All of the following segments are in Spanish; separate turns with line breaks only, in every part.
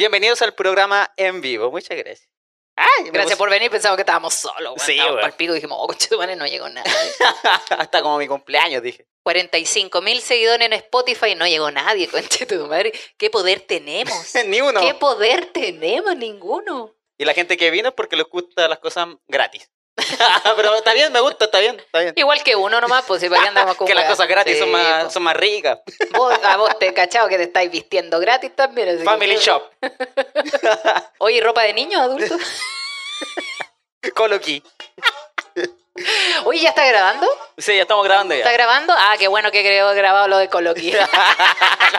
Bienvenidos al programa en vivo. Muchas gracias.
Ay, Gracias por venir, pensamos que estábamos solos.
Sí,
Sí, estábamos
weón.
pal pico y dijimos, oh, conchetumare, no llegó nada.
Hasta como mi cumpleaños, dije.
45 mil seguidores en Spotify, no llegó nadie, conchetumare. ¿Qué poder tenemos?
Ni uno.
¿Qué poder tenemos? Ninguno.
Y la gente que vino es porque les gusta las cosas gratis. Pero está bien, me gusta, está bien, está bien.
Igual que uno nomás, pues si para qué andamos con
que las
weas.
cosas gratis
Sí,
son, más,
po.
son más ricas.
Vos- a vos te cachado que te estáis vistiendo gratis también. así que-
Family Shop,
Oye, ¿y ¿ropa de niños adultos?
Coloquí.
Oye, ¿ya está grabando?
Sí, ya estamos grabando
¿Está
ya.
grabando? Ah, qué bueno que creo grabado lo de Coloquia.
no,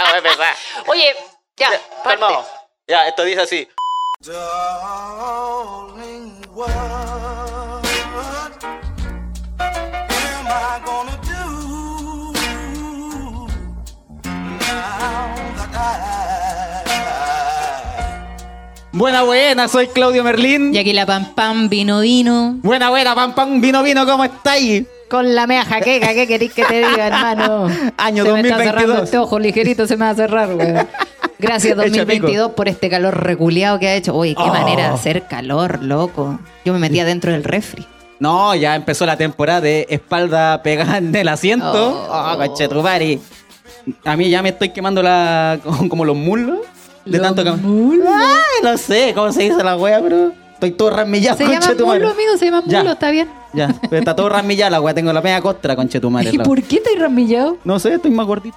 voy a empezar.
Oye, ya, parte.
Calmado. Ya, esto dice así.
Darling, what am I gonna do now that I
Buena, buena, soy Claudio Merlín.
Y aquí la pam pam vino vino.
Buena, buena, pam, pam, vino, vino, ¿cómo estáis?
Con la mea jaqueca, ¿qué querés que te diga, hermano?
Año
Se me está cerrando
2022.
este ojo, ligerito se me va a cerrar, weón. Gracias
Echa pico.
2022 por este calor reculeado que ha hecho. Oye, qué
Oh.
manera de hacer calor, loco. Yo me metía dentro del refri.
No, ya empezó la temporada de espalda pegada en el asiento.
Oh.
Oh, conchetumare. A mí ya me estoy quemando la, como los muslos. De
Los
tanto que...
muslos.
Ay, no sé cómo se dice la wea, bro. Estoy todo rasmillado,
Se llama
conchetumare.
mulo, amigo, se llama
Ya.
mulo, está bien.
Ya, pero está todo rasmillado la wea. Tengo la media costra, conchetumare.
¿Y
la-
por qué estáis ramillado?
No sé, estoy más gordito.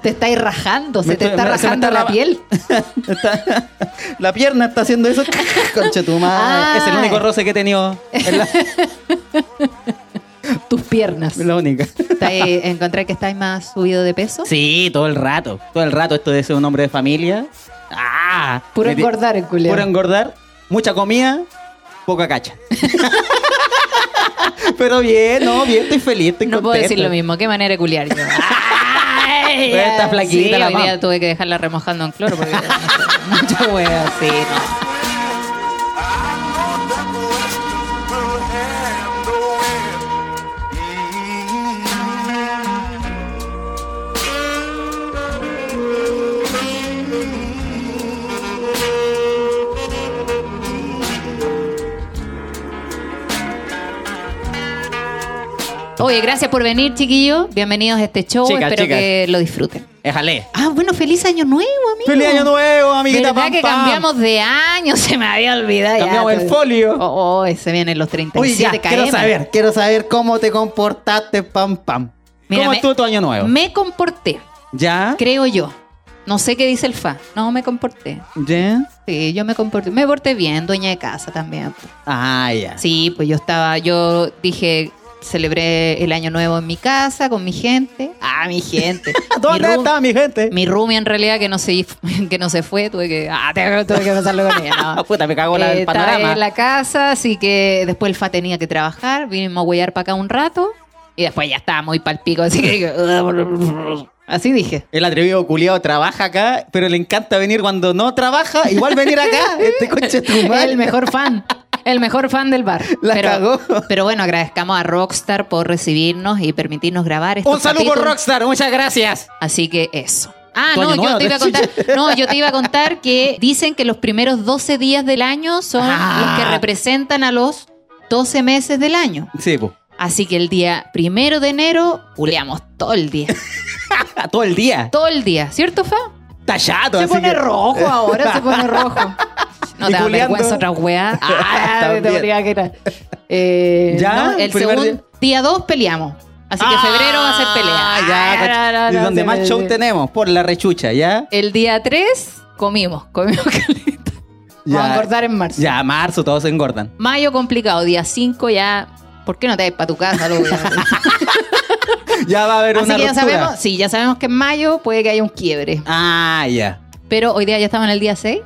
Te estáis rajando, se
Me
te
estoy-
está
me- se me
rajando
está
la
raba-
piel.
Está- la pierna está haciendo eso. Conchetumare.
Ah.
Es el único roce que he tenido. Es la,
Tus piernas.
la única.
Estáis- Encontré que estáis más subido de peso.
Sí, todo el rato. Todo el rato esto de ser un hombre de familia. Ah.
Puro
Me ti-
engordar el culero.
Puro engordar. Mucha comida, poca cacha. Pero bien, no, bien, estoy feliz, estoy
No puedo
contento.
decir lo mismo, qué manera de culiar yo. Ay,
Pero está
ya,
flaquita
sí,
la
hoy
mam.
día tuve que dejarla remojando en cloro porque no sé, mucha hueá, sí. no.
will handle it. Mm.
Oye, gracias por venir, chiquillos. Bienvenidos a este show.
Chicas,
Espero
chicas.
que lo disfruten.
Déjale.
Ah, bueno, feliz año nuevo, amigo.
¡Feliz año nuevo, amiguita
¿Verdad
pam,
que
pam!
cambiamos de año? Se me había olvidado. ya.
Cambiamos el folio.
Oh, oh, se vienen los
Oye,
37
ya, quiero
KM.
saber, quiero saber cómo te comportaste, pam, pam.
Mira,
¿Cómo
me-
estuvo tu año nuevo?
Me comporté,
¿Ya?
creo yo. No sé qué dice el FA. No, me comporté.
¿Ya?
Sí, yo me comporté. Me porté bien, dueña de casa también. pues.
Ah, ya.
Sí, pues yo estaba, yo dije, celebré el año nuevo en mi casa con mi gente. Ah, mi gente.
¿Dónde
mi room-
está mi gente?
Mi roomie en realidad que no se que no se fue, tuve que ah, te- tuve que pasarlo con ella.
Ah,
No.
puta, me cago la-
Eh,
el
estaba
panorama.
en la casa, así que después el fa tenía que trabajar, vinimos a huellar para acá un rato y después ya estaba muy palpico, así que dije, así dije.
El atrevido culiado trabaja acá, pero le encanta venir cuando no trabaja, igual venir acá. este coche es tu madre.
El mejor fan. El mejor fan del bar.
La
pero,
cagó.
pero bueno, agradezcamos a Rockstar por recibirnos y permitirnos grabar estos
Un saludo por
capítulos.
Rockstar, muchas gracias.
Así que eso. Ah,
Tu
no,
año
yo
nuevo,
te iba a
te
contar. No, yo te iba a contar que dicen que los primeros 12 días del año son
Ah.
los que representan a los 12 meses del año.
Sí, po.
Así que el día primero de enero, puleamos todo el día.
Ah, todo el día.
Todo el día, ¿cierto, Fa?
Está chato,
Se
así
pone
que-
rojo ahora, se pone rojo. No
Y
te da
culeando.
vergüenza otra weá. Ah,
También.
te podría que era. Eh,
Ya,
no, el
primer
segundo día 2 peleamos. Así que febrero va a ser pelea.
Ah, ya,
Ah,
cach-
no, no,
Y
no,
donde
sí,
más
sí,
show
sí.
tenemos, por la rechucha, ¿ya?
El día 3 comimos, comimos caleta.
Ya.
Vamos a engordar en marzo.
Ya, marzo, todos se engordan.
Mayo complicado, día 5 ya. ¿Por qué no te vas para tu casa, loco? Así
Ya va a haber una
que ya
ruptura.
sabemos, sí, ya sabemos que en mayo puede que haya un quiebre.
Ah, ya.
Pero hoy día ya estamos en el día 6.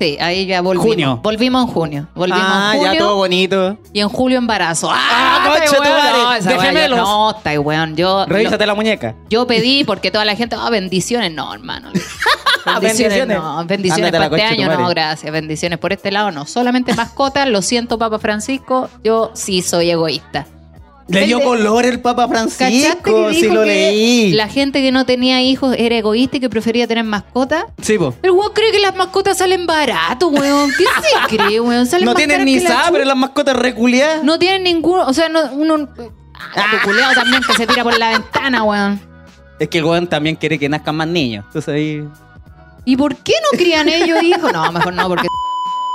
Sí, ahí ya volvimos.
Junio.
Volvimos en junio. Volvimos
ah,
en junio.
ya todo bonito.
Y en julio embarazo.
Ah,
¡Ah,
concha
está
tu
weón!
madre,
No, esa
de
weá yo-
gemelos.
No, está weón. Yo,
Revísate la muñeca.
yo pedí porque toda la gente, ah, bendiciones. No, hermano. Ah, Bendiciones,
Bendiciones.
no, bendiciones
Ándate a
para
la
este
concha de tu
año, no,
madre.
gracias. Bendiciones por este lado, no. Solamente mascotas, lo siento, Papa Francisco, yo sí soy egoísta.
Le dio
El de-
color el Papa
¿Cachaste
Francisco,
que
si
dijo
lo
que
leí.
La gente que no tenía hijos era egoísta y que prefería tener mascotas.
Sí, po.
El weón cree que las mascotas salen barato, weón. ¿Qué se cree, weón? Salen
No
más
tienen
caras
ni
que la
sabre
chucha.
las mascotas reculeadas.
No tienen ninguno. O sea, no, uno. Ah, tu culeado también que se tira por la ventana, weón.
Es que el weón también quiere que nazcan más niños. Entonces ahí.
¿Y por qué no crían ellos hijos? No, mejor no, porque.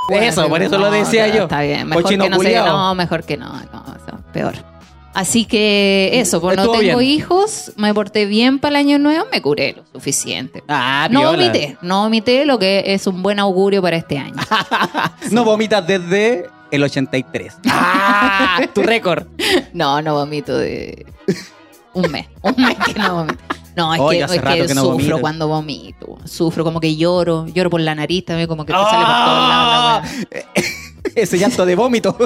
weón,
eso,
sí,
por eso
no,
lo decía
no,
yo.
Está bien, mejor
Cochino
que no, se,
culiao.
no, mejor que no, no, eso, peor. Así que eso, pues no
Estuvo
tengo
bien.
hijos, me porté bien para el año nuevo, me curé lo suficiente.
Ah,
no
piola.
omité, no omité lo que es un buen augurio para este año.
No vomitas desde el 83. ¡Ah! tu récord.
No, no vomito de un mes. Un mes que no vomito. No, es
Oh,
que,
ya hace
es que
rato que no
sufro
vomitas.
cuando vomito. Sufro como que lloro. Lloro por la nariz también, como que te sale por todos
¡Ah!
lados. la
Ese llanto de vómito.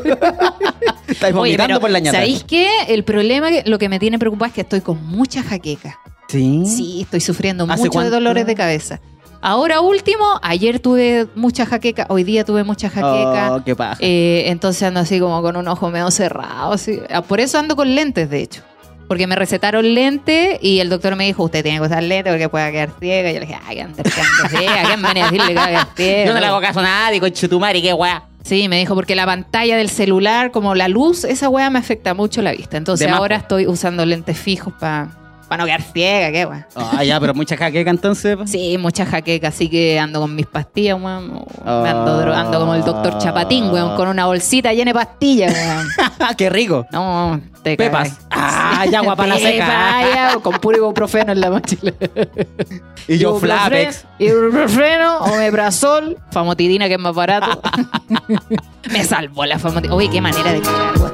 Estáis
wea. Oye,
vomitando
pero,
por la ñata.
¿Sabéis qué? El problema, que- lo que me tiene preocupada es que estoy con mucha jaqueca.
Sí.
Sí, estoy sufriendo
¿Mm? ¿Hace
mucho de
cuánto?
dolores de cabeza. Ahora último, ayer tuve mucha jaqueca, hoy día tuve mucha jaqueca.
Oh, qué paja.
Eh, entonces ando así como con un ojo medio cerrado. así. Ah, Por eso ando con lentes, de hecho. Porque me recetaron lentes y el doctor me dijo, usted tiene que usar lentes porque puede quedar ciega. Y yo le dije, ay, que andar quedando ciega, ¿qué me van a decirle que va a quedar ciega?
Yo no le hago caso a nadie, conchetumare, qué weá.
Sí, me dijo, porque la pantalla del celular, como la luz, esa weá me afecta mucho la vista. Entonces
De más,
ahora
po.
estoy usando lentes fijos para no quedar ciega, qué weá.
Ah, ya, pero mucha jaqueca entonces.
Sí, mucha jaqueca, así que ando con mis pastillas, weón. Me Ando,
Ah.
dro- ando como el doctor Chapatín, weón, con una bolsita llena de pastillas, weón.
Ah, qué rico.
No, te
Pepas. Ah, ya, agua para la
Pepa,
seca.
ya, con puro ibuprofeno en la mochila.
Y yo,
Ibuprofeno-
Flavex.
Ibuprofeno, omeprazol, famotidina que es más barato. Me salvó la famotidina. Oye, qué manera de curar, güey.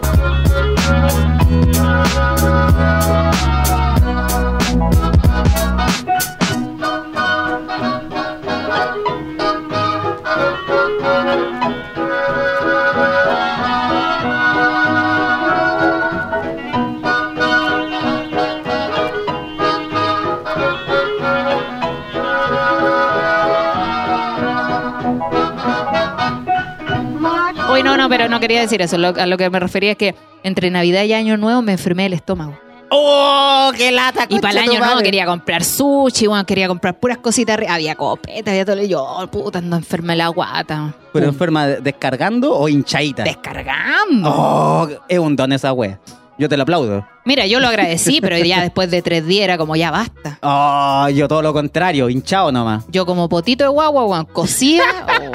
Oye, no, no, pero no quería decir eso. Lo- a lo que me refería es que entre Navidad y Año Nuevo me enfermé el estómago.
¡Oh, qué lata!
Y para el año
no
nuevo quería comprar sushi, weón, quería comprar puras cositas. ri- Había copeta, había todo. Yo, puta, ando enferma de la guata.
¿Pero enferma de- descargando o hinchadita?
Descargando.
¡Oh! Es un don esa wea. Yo te lo aplaudo.
Mira, yo lo agradecí, pero ya después de tres días era como ya basta.
¡Oh! Yo todo lo contrario, hinchado nomás.
Yo como potito de guagua, weón, cocía. o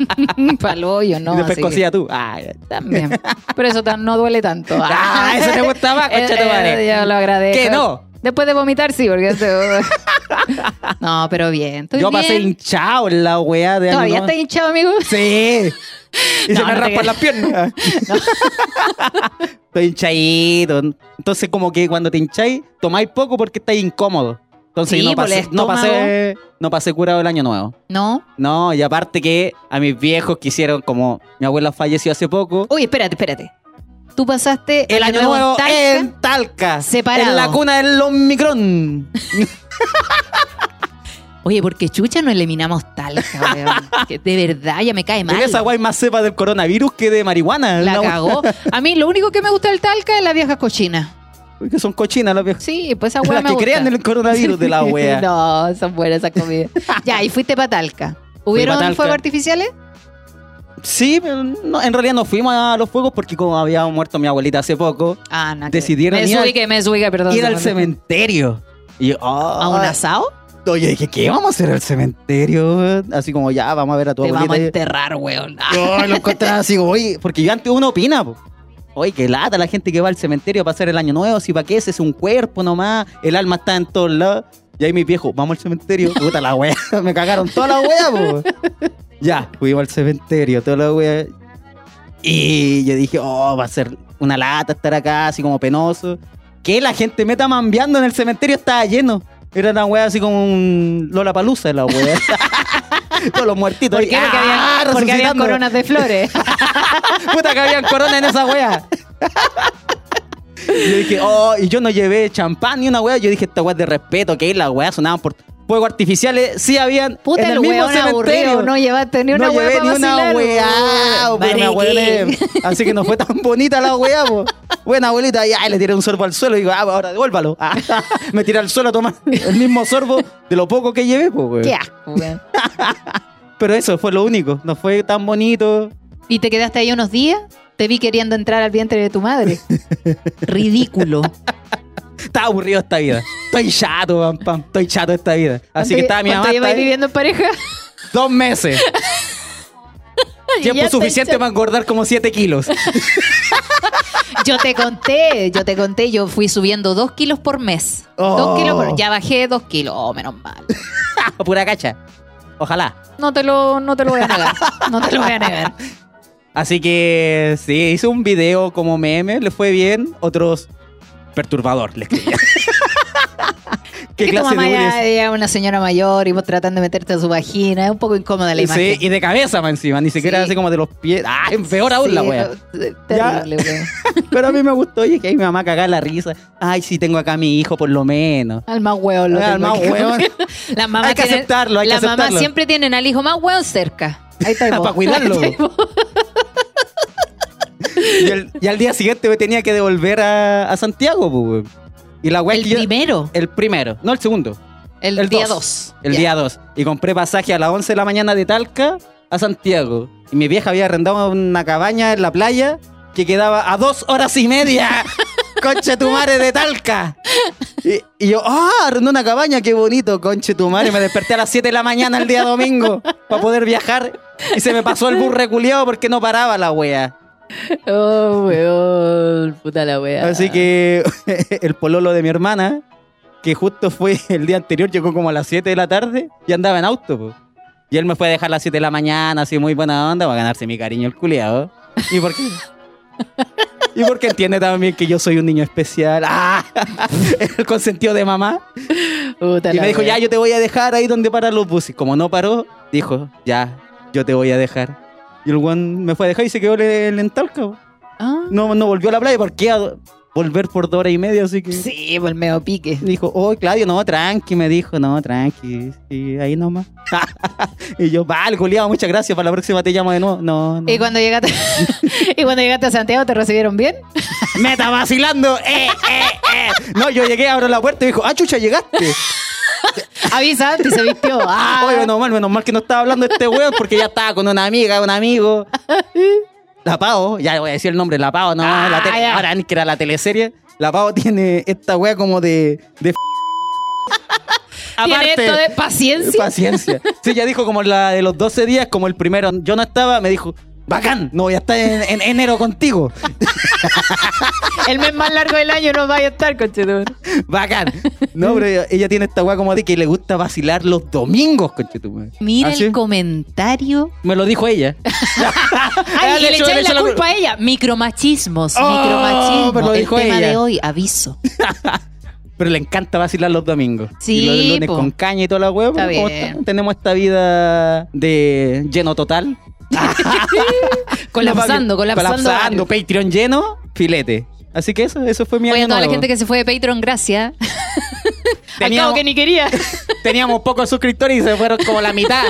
Pa'l hoyo, ¿no?
y después
Así que
cosía tú. ¡Ay!
También. Pero eso tan- no duele tanto.
Ah, eso te gusta más,
Eh,
conchetumare.
eh, Yo lo agradezco.
¿Qué no?
Después de vomitar, sí, porque eso- No, pero bien. Estoy
Yo
bien.
pasé hinchado en la wea de
¿Todavía
año nuevo.
estás hinchado, amigo?
Sí. Y
No,
se me
no te
raspan
creo.
las piernas. Estoy hinchadito. Entonces, como que cuando te hincháis, tomáis poco porque estáis incómodo. Entonces,
Sí, pues,
no,
por el
pasé, no, pasé, no pasé curado el año nuevo.
No.
No, y aparte que a mis viejos quisieron, como mi abuela falleció hace poco,
Uy, espérate, espérate. Tú pasaste
el año nuevo
Talca.
en Talca.
separado.
En la cuna del Omicron.
Oye, porque chucha no eliminamos Talca, weón. Que de verdad ya me cae mal.
En esa guay más cepa del coronavirus que de marihuana.
La
Una guay-
cagó. A mí lo único que me gusta del Talca es la vieja cochina.
Que son cochinas las viejas.
Sí, pues esa
Las
weá me
que
gusta.
crean en el coronavirus de la wea.
no, son buenas esas comidas. ya, y fuiste para Talca. ¿Hubieron
pa' Talca.
fuegos artificiales?
Sí, pero no, en realidad no fuimos a los fuegos porque como había muerto mi abuelita hace poco,
Ah, nada.
Decidieron
Me
ir al-
desubiqué, me desubiqué, perdón.
ir al
perdón.
cementerio. Y yo, "Ah,
¿A un asado?
Oye, dije, ¿qué vamos a hacer al cementerio? weón? Así como, ya, vamos a ver a tu
Te vamos a
abuelita.
enterrar, weón. Ah,
Yo lo encontraba así, oye, porque yo antes uno opina, po. Oye, qué lata la gente que va al cementerio a pasar el año nuevo, si para qué ese es un cuerpo nomás, el alma está en todos lados. Y ahí mis viejos, vamos al cementerio. Puta la wea, me cagaron toda la wea, po. Ya, fuimos al cementerio, toda la wea. Y yo dije, oh, va a ser una lata estar acá, así como penoso. Que la gente me está mambeando en el cementerio, estaba lleno. Era una wea así como un Lola Palusa, la wea. Todos los muertitos.
¿Por
ahí,
qué? Porque
¡ah!
había, porque había
resucitando.
coronas de flores.
Puta que habían corona en esa wea. Y yo dije, oh, y yo no llevé champán ni una wea. Yo dije, esta wea es de respeto, que la wea sonaban por. fuegos artificiales sí habían
Puta,
en el,
el
mismo
weón aburrido,
cementerio.
no llevaste ni
No
una weá
llevé
para
ni una
vacilar,
weá,
weón.
pero me
Mariquín.
abuelé. Así que no fue tan bonita la weá, po. Buena abuelita, y ay, le tiré un sorbo al suelo y digo, ah, ahora devuélvalo. Ah, me tiré al suelo a tomar el mismo sorbo de lo poco que llevé, po, weón.
Qué asco, weón.
Pero eso fue lo único. No fue tan bonito.
¿Y te quedaste ahí unos días? Te vi queriendo entrar al vientre de tu madre. Ridículo.
Estaba aburrido esta vida. Estoy chato, pam, pam. Estoy chato de esta vida.
¿Cuánto-
Así que estaba mi
cuánto
mamá.
lleváis
hasta ahí,
viviendo en pareja?
Dos meses.
Y ya
Tiempo
estáis
suficiente
chato.
para engordar como 7 kilos.
Yo te conté, yo te conté, yo fui subiendo dos kilos por mes.
Oh.
Dos kilos por Ya bajé dos kilos, oh, menos mal.
O pura cacha. Ojalá.
No te lo, no te lo voy a negar. No te lo voy a negar.
Así que sí, hice un video como meme, le fue bien. Otros perturbador, le escribía. ¿Qué
que tu
clase de
mamá
bullying
ya,
es?
ya es una señora mayor y vos tratando de meterte a su vagina. Es un poco incómoda la
Sí,
imagen.
y de cabeza más encima, ni siquiera
Sí.
así como de los pies. Ah, peor aún la
Sí,
wea.
eh, Terrible, wea.
Pero a mí me gustó, oye, que ahí mi mamá cagaba la risa. Ay, sí, tengo acá a mi hijo, por lo menos.
Al más hueón.
Al más hueón.
La mamá
Hay que
tiene-
aceptarlo, hay que
La mamá
aceptarlo.
siempre tienen al hijo más hueón cerca. Ahí está.
Para cuidarlo. Y, el- y al día siguiente me tenía que devolver a, a Santiago, pues, weón. Y la wea
El
que yo-
primero,
El primero, no el segundo.
el,
el
día 2.
dos. El día 2. Y compré pasaje a las 11 de la mañana de Talca a Santiago. Y mi vieja había arrendado una cabaña en la playa que quedaba a dos horas y media. Conche tu madre de Talca. Y, y yo, ah, arrendó una cabaña, qué bonito, conche tu madre. Me desperté a las 7 de la mañana el día domingo para poder viajar. Y se me pasó el burre culiao porque no paraba la wea.
Oh, weón. Puta la wea.
Así que el pololo de mi hermana, que justo fue el día anterior, llegó como a las 7 de la tarde y andaba en auto. po. Y él me fue a dejar a las 7 de la mañana, así muy buena onda, para ganarse mi cariño el culiado. ¿Y por qué? Y porque entiende también que yo soy un niño especial. ¡Ah! El consentido de mamá.
Puta
Y
la
me dijo,
wea.
ya, yo te voy a dejar ahí donde paran los buses. Como no paró, dijo, ya, yo te voy a dejar. Y el guan me fue a dejar y se quedó en el entalca. po
Ah,
no, no volvió a la playa porque a volver por dos horas y media, así que.
sí, pues, por el medio pique.
Dijo, oh, Claudio, no, tranqui, me dijo, no, tranqui, y ahí nomás. y yo, vale, culiado, muchas gracias, para la próxima te llamo de nuevo. No, no.
¿Y cuando, llegaste, ¿Y cuando llegaste a Santiago te recibieron bien?
¡Me está vacilando! ¡Eh, eh, eh! No, yo llegué, abro la puerta y dijo, ah, chucha, llegaste.
Avisa antes, se vistió. Ah,
Oye, menos mal, menos mal que no estaba hablando este weón porque ya estaba con una amiga, un amigo. La Pau, ya voy a decir el nombre, La Pau, no,
Ah,
la tele,
ya.
ahora que era la teleserie. La Pau tiene esta wea como de. de
¿Tiene esto de paciencia?
Paciencia. Sí, ya dijo como la de los 12 días, como el primero yo no estaba, me dijo, bacán, no voy a estar en, en enero contigo.
El mes más largo del año no vaya a estar, conchetumare.
Bacán. No, pero ella, ella tiene esta weá como de que le gusta vacilar los domingos, conchetumare.
Mira
Así
el comentario.
Me lo dijo ella.
Ay, y le
echó-
echáis
echó
la culpa a ella. Micromachismos,
Oh,
micromachismo.
pero lo
el
dijo
tema
ella.
de hoy, aviso.
Pero le encanta vacilar los domingos.
Sí,
Y los lunes
po.
con caña y toda la hueá.
Está
porque como
bien.
está- tenemos esta vida de lleno total.
Colapsando, colapsando.
Colapsando, Patreon lleno, filete. Así que eso, eso fue mi
Oye,
año
a toda la
nuevo.
gente que se fue de Patreon, gracias. Al cabo
Teníamos-
que ni quería.
Teníamos pocos suscriptores y se fueron como la mitad.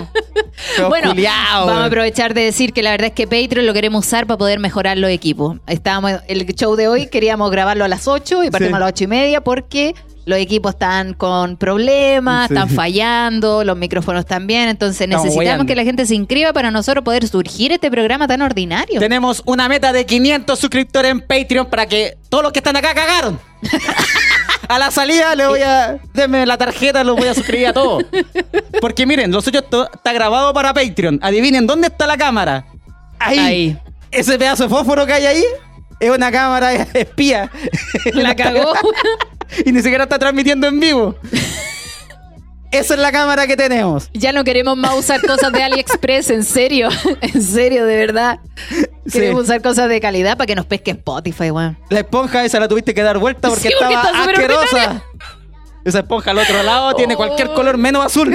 Pero
Bueno,
culiao,
vamos a
weón.
aprovechar de decir que la verdad es que Patreon lo queremos usar para poder mejorar los equipos. Estábamos, el show de hoy queríamos grabarlo a las 8 y partimos
Sí.
a las 8 y media porque los equipos están con problemas,
Sí.
están fallando, los micrófonos también. Entonces
Estamos
necesitamos
weyando.
que la gente se inscriba para nosotros poder surgir este programa tan ordinario.
Tenemos una meta de 500 suscriptores en Patreon para que todos los que están acá cagaron. A la salida le voy a... Denme la tarjeta, los voy a suscribir a todos. Porque miren, lo suyo esto está grabado para Patreon. Adivinen, ¿dónde está la cámara? Ahí.
Ahí.
Ese pedazo de fósforo que hay ahí es una cámara espía.
La cagó.
y ni siquiera está transmitiendo en vivo. Esa es la cámara que tenemos.
Ya no queremos más usar cosas de AliExpress, en serio. En serio, de verdad.
Sí.
Queremos usar cosas de calidad para que nos pesque Spotify, weón.
La esponja esa la tuviste que dar vuelta porque
Sí, porque
estaba
está súper
asquerosa. Esa esponja al otro lado tiene cualquier
Oh.
color menos azul.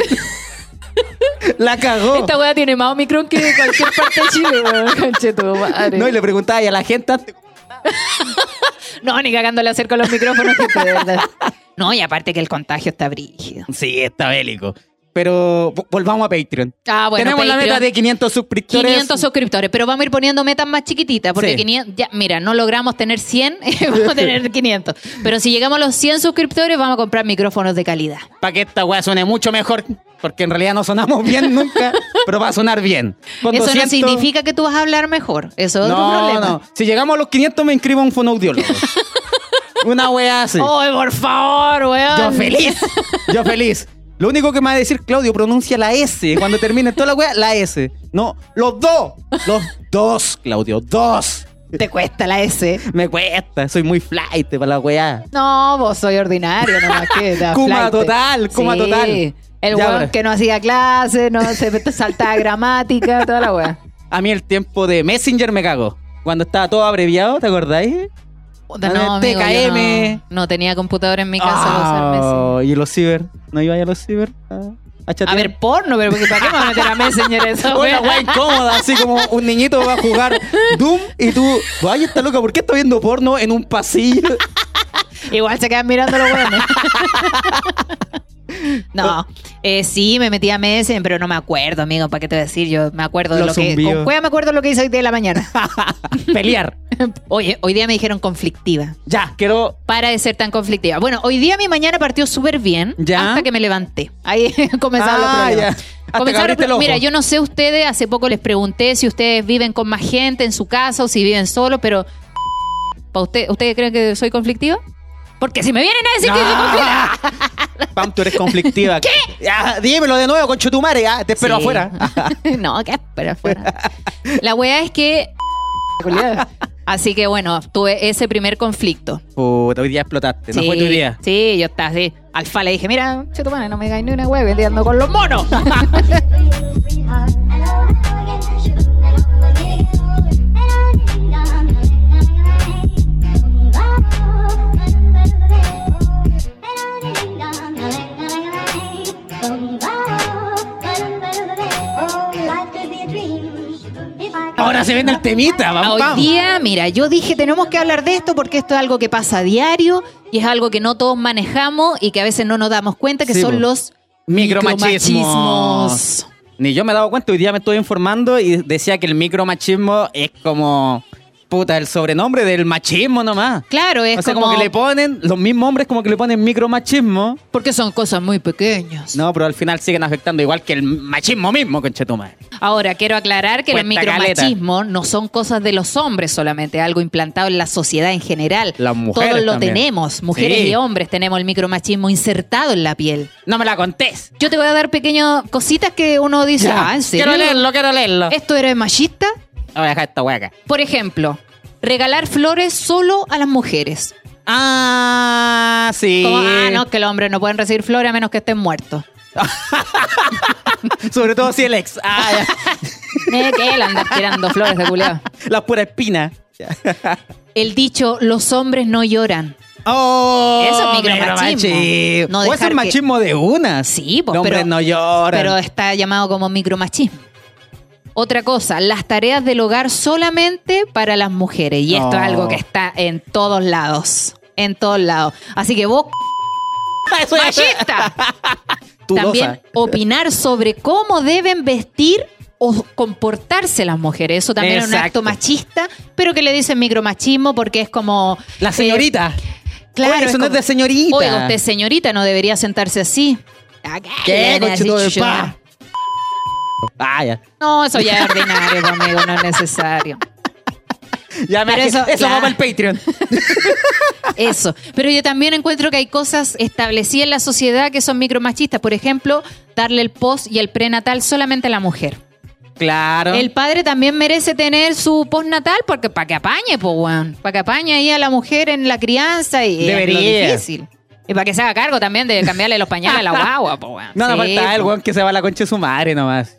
la cagó.
Esta weá tiene más Omicron que cualquier parte de Chile, weón. Conche tu madre.
No, y le preguntaba y a la gente antes,
No, ni cagándole hacer con los micrófonos, gente, de verdad. No, y aparte que el contagio está brígido.
Sí, está bélico. Pero vo- volvamos a Patreon.
Ah, bueno,
Tenemos la
Patreon,
meta de 500 suscriptores.
500 suscriptores, pero vamos a ir poniendo metas más chiquititas, porque
Sí.
500 ya, mira, no logramos tener 100, vamos a tener 500. Pero si llegamos a los 100 suscriptores, vamos a comprar micrófonos de calidad.
Para que esta weá suene mucho mejor. Porque en realidad no sonamos bien nunca. pero va a sonar bien. Con
Eso
200
no significa que tú vas a hablar mejor, eso es otro
No,
problema.
no. Si llegamos a los 500 me inscribo a un fonoaudiólogo. Una weá así.
¡Ay, por favor, weón!
Yo feliz. Yo feliz. Lo único que me va a decir Claudio, pronuncia la S. Cuando termine toda la weá, la S. No, los dos. Los dos, Claudio. Dos.
Te cuesta la S.
Me cuesta. Soy muy flight para la weá.
No, vos soy ordinario, nomás que da
Kuma
flaite.
total, Kuma
Sí,
total.
El
Ya,
weón
ahora.
que no hacía clases, no se saltaba gramática, toda la weá.
A mí el tiempo de Messenger me cago. Cuando estaba todo abreviado, ¿te acordáis?
Puta,
A ver,
no, amigo, yo
TKM.
no, oh. no tenía computadora en mi casa para usar Messenger.
Ah, Y los ciber. ¿No iba a ir a los ciber? Ah, A, chatear?
A ver, porno, pero porque ¿para qué me voy a meter a Messenger eso,
Una
weón?
weá incómoda, así como un niñito va a jugar Doom y tú, ay, está loca, ¿por qué está viendo porno en un pasillo?
Igual se quedan mirando los weones. No, eh, sí, me metí a Messenger, pero no me acuerdo, amigo, ¿para qué te voy a decir? Yo me acuerdo de
Los
lo que...
zumbidos.
Con cueva me acuerdo lo que hice hoy día de la mañana.
Pelear.
Oye, hoy día me dijeron conflictiva.
Ya, quiero.
para de ser tan conflictiva. Bueno, hoy día mi mañana partió súper bien
Ya.
hasta que me levanté. Ahí comenzaron
Ah,
los
ya.
problemas.
Hasta que
Comenzaron los
abriste el
pro-
ojo.
Mira, yo no sé ustedes, hace poco les pregunté si ustedes viven con más gente en su casa o si viven solos, pero ¿pa usted, ¿ustedes creen que soy conflictiva? Porque si me vienen a decir que soy conflictiva...
Ah, Pam, tú eres conflictiva. ¿Qué? Ya, dímelo de nuevo, con Chutumare, ya, te espero
Sí.
afuera. Ah,
no, que espera afuera. La wea es que... Así que bueno, tuve ese primer conflicto.
Puta, hoy día explotaste, no fue tu idea.
Sí, yo estaba así. Alfa le dije, mira, cheto madre, no me digáis ni una wea, estoy andando con los monos.
Ahora se viene el temita,
Ah,
vamos.
Hoy
vamos.
día, mira, yo dije tenemos que hablar de esto porque esto es algo que pasa a diario y es algo que no todos manejamos y que a veces no nos damos cuenta que
Sí,
son
po.
los
Micromachismos. Ni yo me he dado cuenta, hoy día me estoy informando y decía que el micromachismo es como. Puta, el sobrenombre del machismo nomás.
Claro, es
o sea,
como,
como que le ponen, los mismos hombres como que le ponen micromachismo.
porque son cosas muy pequeñas.
No, pero al final siguen afectando igual que el machismo mismo, conchetumadre.
Ahora quiero aclarar que los
Cuenta caleta.
micromachismos no son cosas de los hombres solamente, es algo implantado en la sociedad en general.
Las mujeres
todos lo
también.
tenemos, mujeres
Sí.
y hombres tenemos el micromachismo insertado en la piel.
No me la contés.
Yo te voy a dar pequeñas cositas que uno dice,
Ya,
ah, ¿en serio?
Quiero leerlo, quiero leerlo.
¿Esto eres machista?
Voy a dejar esta hueca.
Por ejemplo, regalar flores solo a las mujeres.
Ah, sí.
Como, ah, no, que los hombres no pueden recibir flores a menos que estén muertos.
Sobre todo si el ex. Ah, ya.
Eh, que él anda tirando flores de culiao.
La pura espina.
El dicho, los hombres no lloran.
Oh,
Eso es micromachismo.
micromachismo.
No
o es
dejar
el
que-
machismo de una.
Sí, pues,
Los hombres
pero-
no lloran.
Pero está llamado como micromachismo. Otra cosa, las tareas del hogar solamente para las mujeres. Y esto
No.
es algo que está en todos lados. En todos lados. Así que vos,
Eso ya-
machista.
Tú
también
dosa.
opinar sobre cómo deben vestir o comportarse las mujeres. Eso también es un
Exacto.
acto machista, pero que le dicen micromachismo porque es como...
La señorita.
eh, claro,
Oye, eso no es
como,
de señorita.
Oiga, usted es señorita, no debería sentarse así. Acá
¿Qué?
viene así,
Conchito de
chuchuna.
pa. Ah, ya.
No, eso ya es ordinario conmigo, no es necesario.
Ya me
Pero
eso,
eso-
eso
ya.
va para el Patreon.
Eso. Pero yo también encuentro que hay cosas establecidas en la sociedad que son micromachistas. Por ejemplo, darle el post y el prenatal solamente a la mujer.
Claro.
El padre también merece tener su postnatal porque para que apañe, pues, weón. Para que apañe ahí a la mujer en la crianza y eh, es
Debería.
lo difícil. Y para que se haga cargo también de cambiarle los pañales a la guagua, pues, weón.
No, no
Sí,
falta el
po.
weón que se va a la concha de su madre nomás.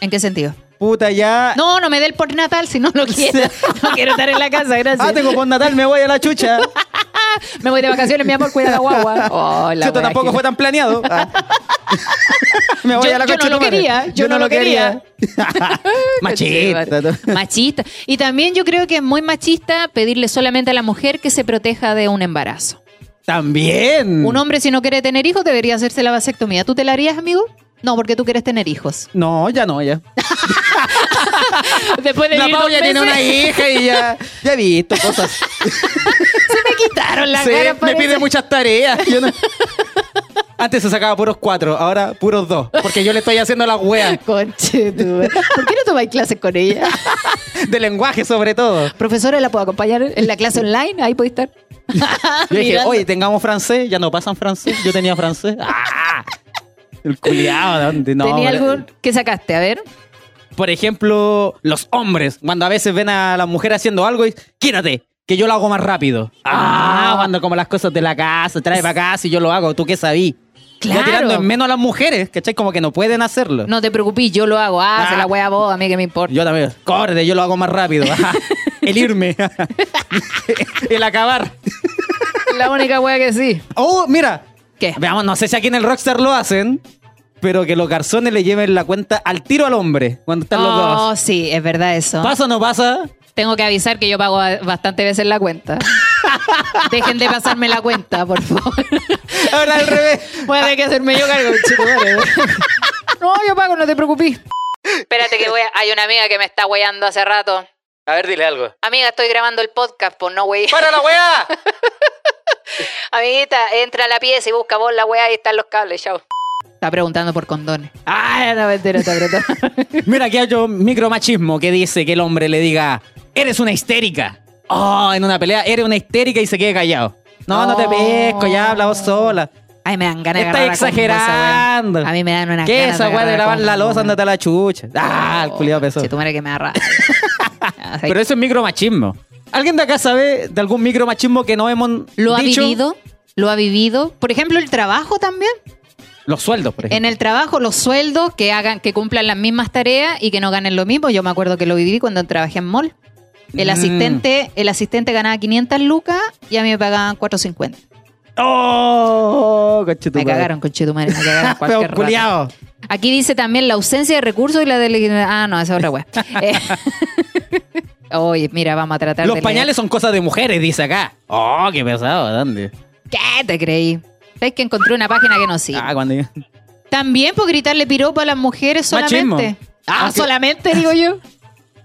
¿En qué sentido?
Puta, ya.
No, no me dé el postnatal si no lo quiero. No quiero estar en la casa, gracias.
Ah, tengo por Natal, me voy a la chucha.
Me voy de vacaciones, mi amor, cuida a la guagua. Oh, la
Esto
wea
tampoco
que-
fue tan planeado. Ah. Me voy
Yo-
a la
yo
concha
no
de
lo
tu madre.
quería, yo no lo quería.
quería. Machista. tú.
Machista. Y también yo creo que es muy machista pedirle solamente a la mujer que se proteja de un embarazo.
También.
Un hombre si no quiere tener hijos debería hacerse la vasectomía. ¿Tú te la harías, amigo? No, porque tú quieres tener hijos.
No, ya no, ya.
Después de
La
vivir
Pau
dos
ya tiene
meses,
una hija y ya, ya he visto cosas.
se me quitaron las
Sí,
ganas,
me
parece.
pide muchas tareas. Yo no- Antes se sacaba puros cuatro, ahora puros dos. Porque yo le estoy haciendo la wea
Conche, tu madre. ¿Por qué no tomáis clases con ella?
de lenguaje sobre todo.
Profesora, ¿la puedo acompañar en la clase online? Ahí puede estar.
Yo dije,
Ah, Mirando.
oye, tengamos francés, ya no pasan francés, yo tenía francés. ¡Ah! El culiado, ¿de dónde? No,
¿Tenía
pero-
algo que sacaste? A ver.
Por ejemplo, los hombres, cuando a veces ven a las mujeres haciendo algo y quítate, que yo lo hago más rápido. Ah, cuando como las cosas de la casa, trae para casa y yo lo hago, ¿tú qué sabí?
Claro.
Ya tirando en menos a las mujeres, ¿cachai? Como que no pueden hacerlo.
No te preocupes, yo lo hago. Ah,
Ah.
se la wea a vos, a mí que me importa.
Yo también, corre, yo lo hago más rápido. Ajá. El irme. El acabar.
La única wea que sí.
Oh, mira.
¿Qué?
Veamos, no sé si aquí en el Rockstar lo hacen, pero que los garzones le lleven la cuenta al tiro al hombre cuando están los
Oh,
dos.
sí, es verdad eso.
¿Pasa o no pasa?
Tengo que avisar que yo pago bastante veces la cuenta. Dejen de pasarme la cuenta, por favor.
Ahora al revés.
Voy a tener que hacerme yo cargo, chico, madre. No, yo pago, no te preocupes.
Espérate que voy a- hay una amiga que me está weyando hace rato.
A ver, dile algo.
Amiga, estoy grabando el podcast,
pues
por no wey.
¡Para la weá!
Amiguita, entra a la pieza y busca vos la weá y están los cables, chao.
Está preguntando por condones. Ah, no, mentira, está preguntando.
Mira, aquí hay un micromachismo que dice que el hombre le diga, eres una histérica. Oh, en una pelea, eres una histérica y se quede callado. No, no te
Oh.
pesco, ya habla vos sola.
Ay, me dan ganas de agarrar
Estás
a combo esa wea.
exagerando.
A mí me dan una
¿Qué esa weá de lavar la losa? Andate a la chucha. Ah,
Oh,
el culiado pesó.
Se que me arrastra.
Pero eso es micromachismo. ¿Alguien de acá sabe de algún micromachismo que no hemos
¿Lo ha
dicho?
vivido? ¿Lo ha vivido? Por ejemplo, el trabajo también.
Los sueldos, por
En
ejemplo.
el trabajo, los sueldos que hagan, que cumplan las mismas tareas y que no ganen lo mismo. Yo me acuerdo que lo viví cuando trabajé en mall. El
Mm.
asistente, el asistente ganaba 500 lucas y a mí me pagaban 450.
¡Oh! coche tu
Me
madre.
cagaron, conchetumare, me cagaron
Feo
cualquier rato.
culiao.
Aquí dice también la ausencia de recursos y la de... Ah, no, esa es otra wea. Eh, Oye, mira, vamos a tratar
Los
de leer.
pañales son cosas de mujeres, dice acá. ¡Oh, qué pesado! ¿Dónde?
¿Qué te creí? ¿Sabes que encontré una página que no sirve?
Ah, cuando yo...
También por gritarle piropo a las mujeres solamente.
Machismo.
Ah,
Ah, que-
solamente, digo yo.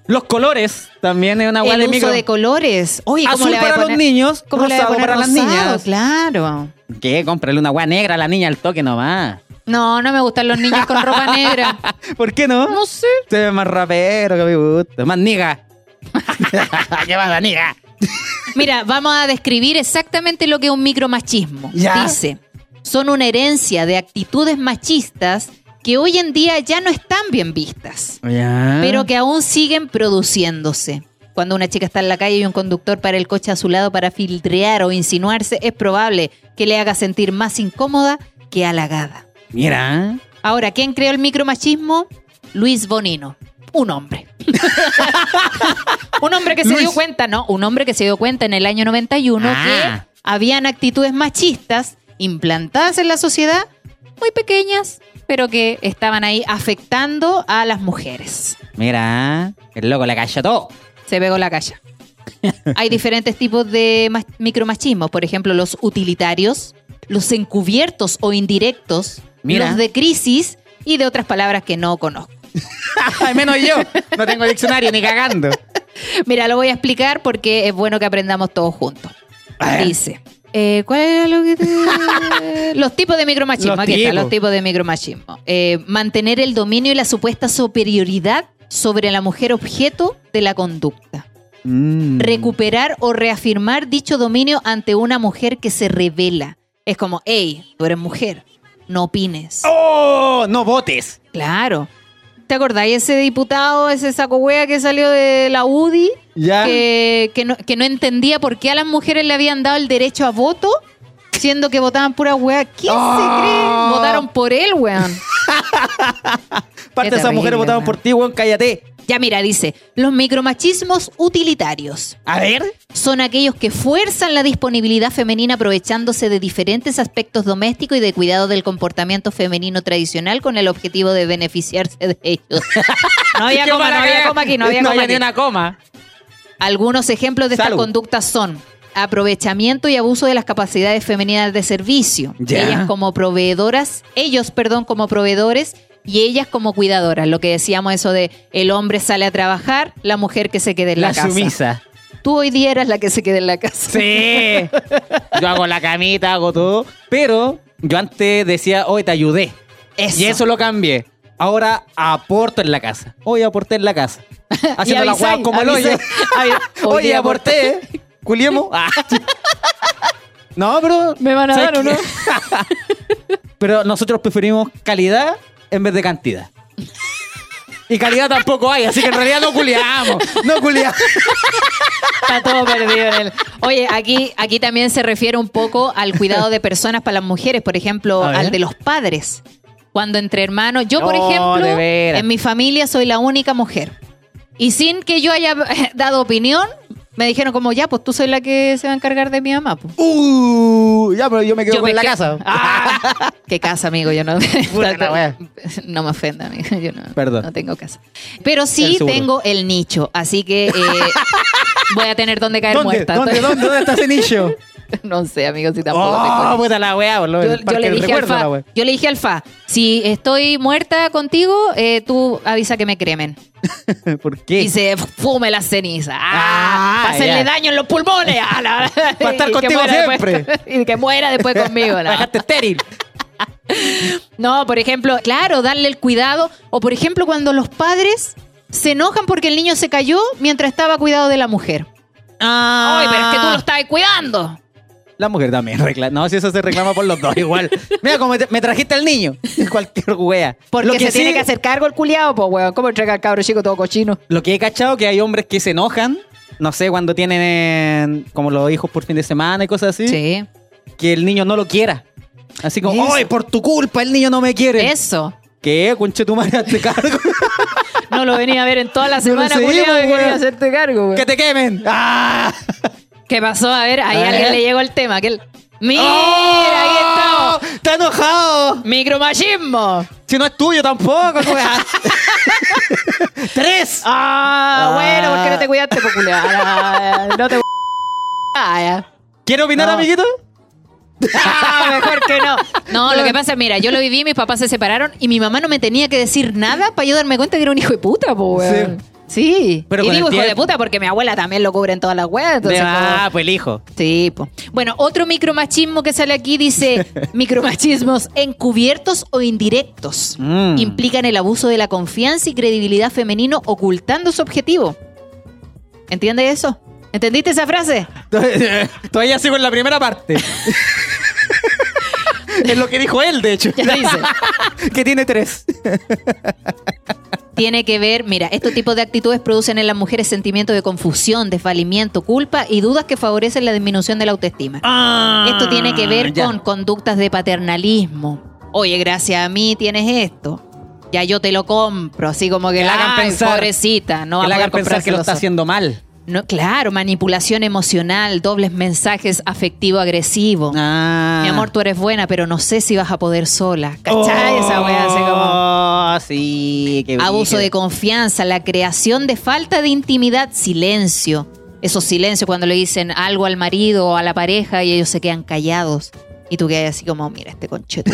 Los colores también es una weá
El
de
uso
micro.
de colores. Oye, ¿cómo
Azul
le va a
para los
poner-
niños,
¿Cómo le va a
rosado
poner
para las
rosado?
niñas.
Claro.
¿Qué? Cómprale una weá negra a la niña al toque nomás.
No, no me gustan los niños con ropa negra.
¿Por qué no?
No sé.
Se ve más rapero que me gusta. Más niga. ¿Qué más la niga?
Mira, vamos a describir exactamente lo que es un micromachismo.
Ya.
Dice, son una herencia de actitudes machistas que hoy en día ya no están bien vistas,
Ya.
pero que aún siguen produciéndose. Cuando una chica está en la calle y un conductor para el coche a su lado para filtrear o insinuarse, es probable que le haga sentir más incómoda que halagada.
Mira.
Ahora, ¿quién creó el micromachismo? Luis Bonino. Un hombre. un hombre que se
Luis.
dio cuenta, ¿no? Un hombre que se dio cuenta en el año 91
Ah.
que habían actitudes machistas implantadas en la sociedad, muy pequeñas, pero que estaban ahí afectando a las mujeres.
Mira. El loco le cayó todo.
Se pegó la calle. Hay diferentes tipos de mas- micromachismo, por ejemplo, los utilitarios, los encubiertos o indirectos,
Mira.
los de crisis y de otras palabras que no conozco.
Al menos yo. No tengo diccionario ni cagando.
Mira, lo voy a explicar porque es bueno que aprendamos todos juntos.
A ver.
Dice. eh, ¿Cuál era lo que te- Los tipos de micromachismo.
Los
aquí está,
tipos.
los tipos de micromachismo. Eh, mantener el dominio y la supuesta superioridad sobre la mujer objeto de la conducta.
Mm.
Recuperar o reafirmar dicho dominio ante una mujer que se revela. Es como, hey, tú eres mujer, no opines.
¡Oh! No votes.
Claro. ¿Te acordáis ese diputado, ese saco wea que salió de la UDI?
Ya.
que, que no, que no entendía por qué a las mujeres le habían dado el derecho a voto, siendo que votaban pura weá. ¿Quién
Ah.
se cree? Votaron por él, weón.
Parte de esas
terrible,
mujeres votaban
weón.
por ti, weón. Cállate.
Ya mira, dice, los micromachismos utilitarios
A ver.
son aquellos que fuerzan la disponibilidad femenina aprovechándose de diferentes aspectos domésticos y de cuidado del comportamiento femenino tradicional con el objetivo de beneficiarse de ellos. No había
Qué
coma,
mala
no había
caga.
coma aquí, no había
No
coma
había
aquí.
ni una coma.
Algunos ejemplos de estas
Salud.
conductas son aprovechamiento y abuso de las capacidades femeninas de servicio.
Ya.
Ellas como proveedoras, ellos, perdón, como proveedores y ellas como cuidadoras. Lo que decíamos eso de el hombre sale a trabajar, la mujer que se quede en la,
La
casa.
sumisa.
Tú hoy día eras la que se quede en la casa.
Sí. Yo hago la camita, hago todo.
Pero yo antes decía, hoy te ayudé.
Eso.
Y eso lo cambié. Ahora aporto en la casa.
Hoy aporté en la casa. Haciendo la
avisáis,
hueá como el hoyo.
avisáis.
Ay,
Hoy
Oye,
día
aporté. Culiemos. Ah. No, pero.
¿Me van a
¿sabes
dar o
qué? Pero nosotros preferimos calidad en vez de cantidad.
Y calidad tampoco hay, así que en realidad no culiamos.
No, culiamos.
Está todo perdido en él. Oye, aquí, aquí también se refiere un poco al cuidado de personas para las mujeres, por ejemplo,
A ver.
al de los padres. Cuando entre hermanos, yo, por
No,
ejemplo,
de veras.
en mi familia soy la única mujer. Y sin que yo haya dado opinión, me dijeron como, ya, pues tú soy la que se va a encargar de mi mamá. pues".
Uh, ya, pero yo me quedo
Yo
con
me
la
quedo-
casa.
Ah, ¿Qué casa, amigo? Yo no.
Puta la wea.
no me ofenda, amigo. Yo no,
Perdón.
no tengo casa. Pero
El
sí
seguro.
tengo el nicho, así que eh, voy a tener donde caer
¿Dónde,
muerta.
¿Dónde? ¿Dónde? ¿Dónde está ese nicho?
No sé, amigo, si tampoco
Oh,
Ah,
tengo.
pues,
puta la weá, boludo.
Yo,
El
yo
parque
le
del
dije al
recuerdo, la
Fa,
weá.
yo le dije al Fa, si estoy muerta contigo, eh, tú avisa que me cremen.
¿Por qué?
Y se fume la ceniza.
Ah,
¡Ah! para hacerle
ya.
daño en los pulmones. Ah, la-
Para estar
y que
contigo
muera después-
siempre.
y que muera después conmigo.
La
¿no?
dejaste estéril.
No, por ejemplo, claro, darle el cuidado. O por ejemplo, cuando los padres se enojan porque el niño se cayó mientras estaba cuidado de la mujer.
Ah.
Ay, pero es que tú lo estabas cuidando.
La mujer también reclama. No, si eso se reclama por los dos igual. Mira, como me trajiste al niño. Cualquier wea.
Porque
Lo que
se tiene
sí-
que hacer cargo el culiado, pues, weón. ¿Cómo entrega al cabro chico todo cochino?
Lo que he cachado que hay hombres que se enojan, no sé, cuando tienen como los hijos por fin de semana y cosas así,
Sí.
que el niño no lo quiera. Así como,
Eso.
¡ay, por tu culpa el niño no me quiere!
Eso.
¿Qué? Conche tu madre, hazte cargo.
No lo venía a ver en toda la
No lo
semana,
seguimos,
culiado, que
weón.
quería hacerte cargo, weón.
¡Que te quemen! ¡Ah!
¿Qué pasó? A ver, ahí
A
alguien
ver.
le llegó el tema. aquel- ¡Mira! Ahí
¡Oh!
estamos.
¡Está enojado!
¡Micromachismo!
Si no es tuyo tampoco, wea. ¡Tres!
Ah,
Ah.
bueno, ¿por qué no te cuidaste, pues, culiao? Ah, No te. Ah, ya.
¿Quiere opinar,
No.
amiguito?
Ah, mejor que no. No, lo que pasa, mira, yo lo viví, mis papás se separaron y mi mamá no me tenía que decir nada para yo darme cuenta que era un hijo de puta, po, weón. Sí.
Pero
y
con
digo
el
hijo de
tiempo-
puta porque mi abuela también lo cubre en todas las weas. entonces como-
Ah, pues el hijo.
Sí, po. Bueno, otro micromachismo que sale aquí dice: micromachismos encubiertos o indirectos
Mm.
implican el abuso de la confianza y credibilidad femenino ocultando su objetivo. ¿Entiendes eso? ¿Entendiste esa frase?
Todavía sigo en la primera parte. es lo que dijo él, de hecho.
Ya dice.
que tiene tres.
Tiene que ver, mira, estos tipos de actitudes producen en las mujeres sentimientos de confusión, desvalimiento, culpa y dudas que favorecen la disminución de la autoestima. Esto tiene que ver
Ah, ya.
con conductas de paternalismo. Oye, gracias a mí tienes esto. Ya yo te lo compro, así como que la
Ay,
hagan pensar, pobrecita, no va
que
a
le hagan
poder
pensar que lo está
comprárselo
haciendo mal.
No, claro, manipulación emocional, dobles mensajes afectivo-agresivo.
Ah.
Mi amor, tú eres buena, pero no sé si vas a poder sola. ¿Cachai? Esa wea así como.
Oh, sí, qué
Abuso de
brígido.
confianza, la creación de falta de intimidad, silencio. Esos silencios cuando le dicen algo al marido o a la pareja y ellos se quedan callados. Y tú quedas así como, mira, este concheto.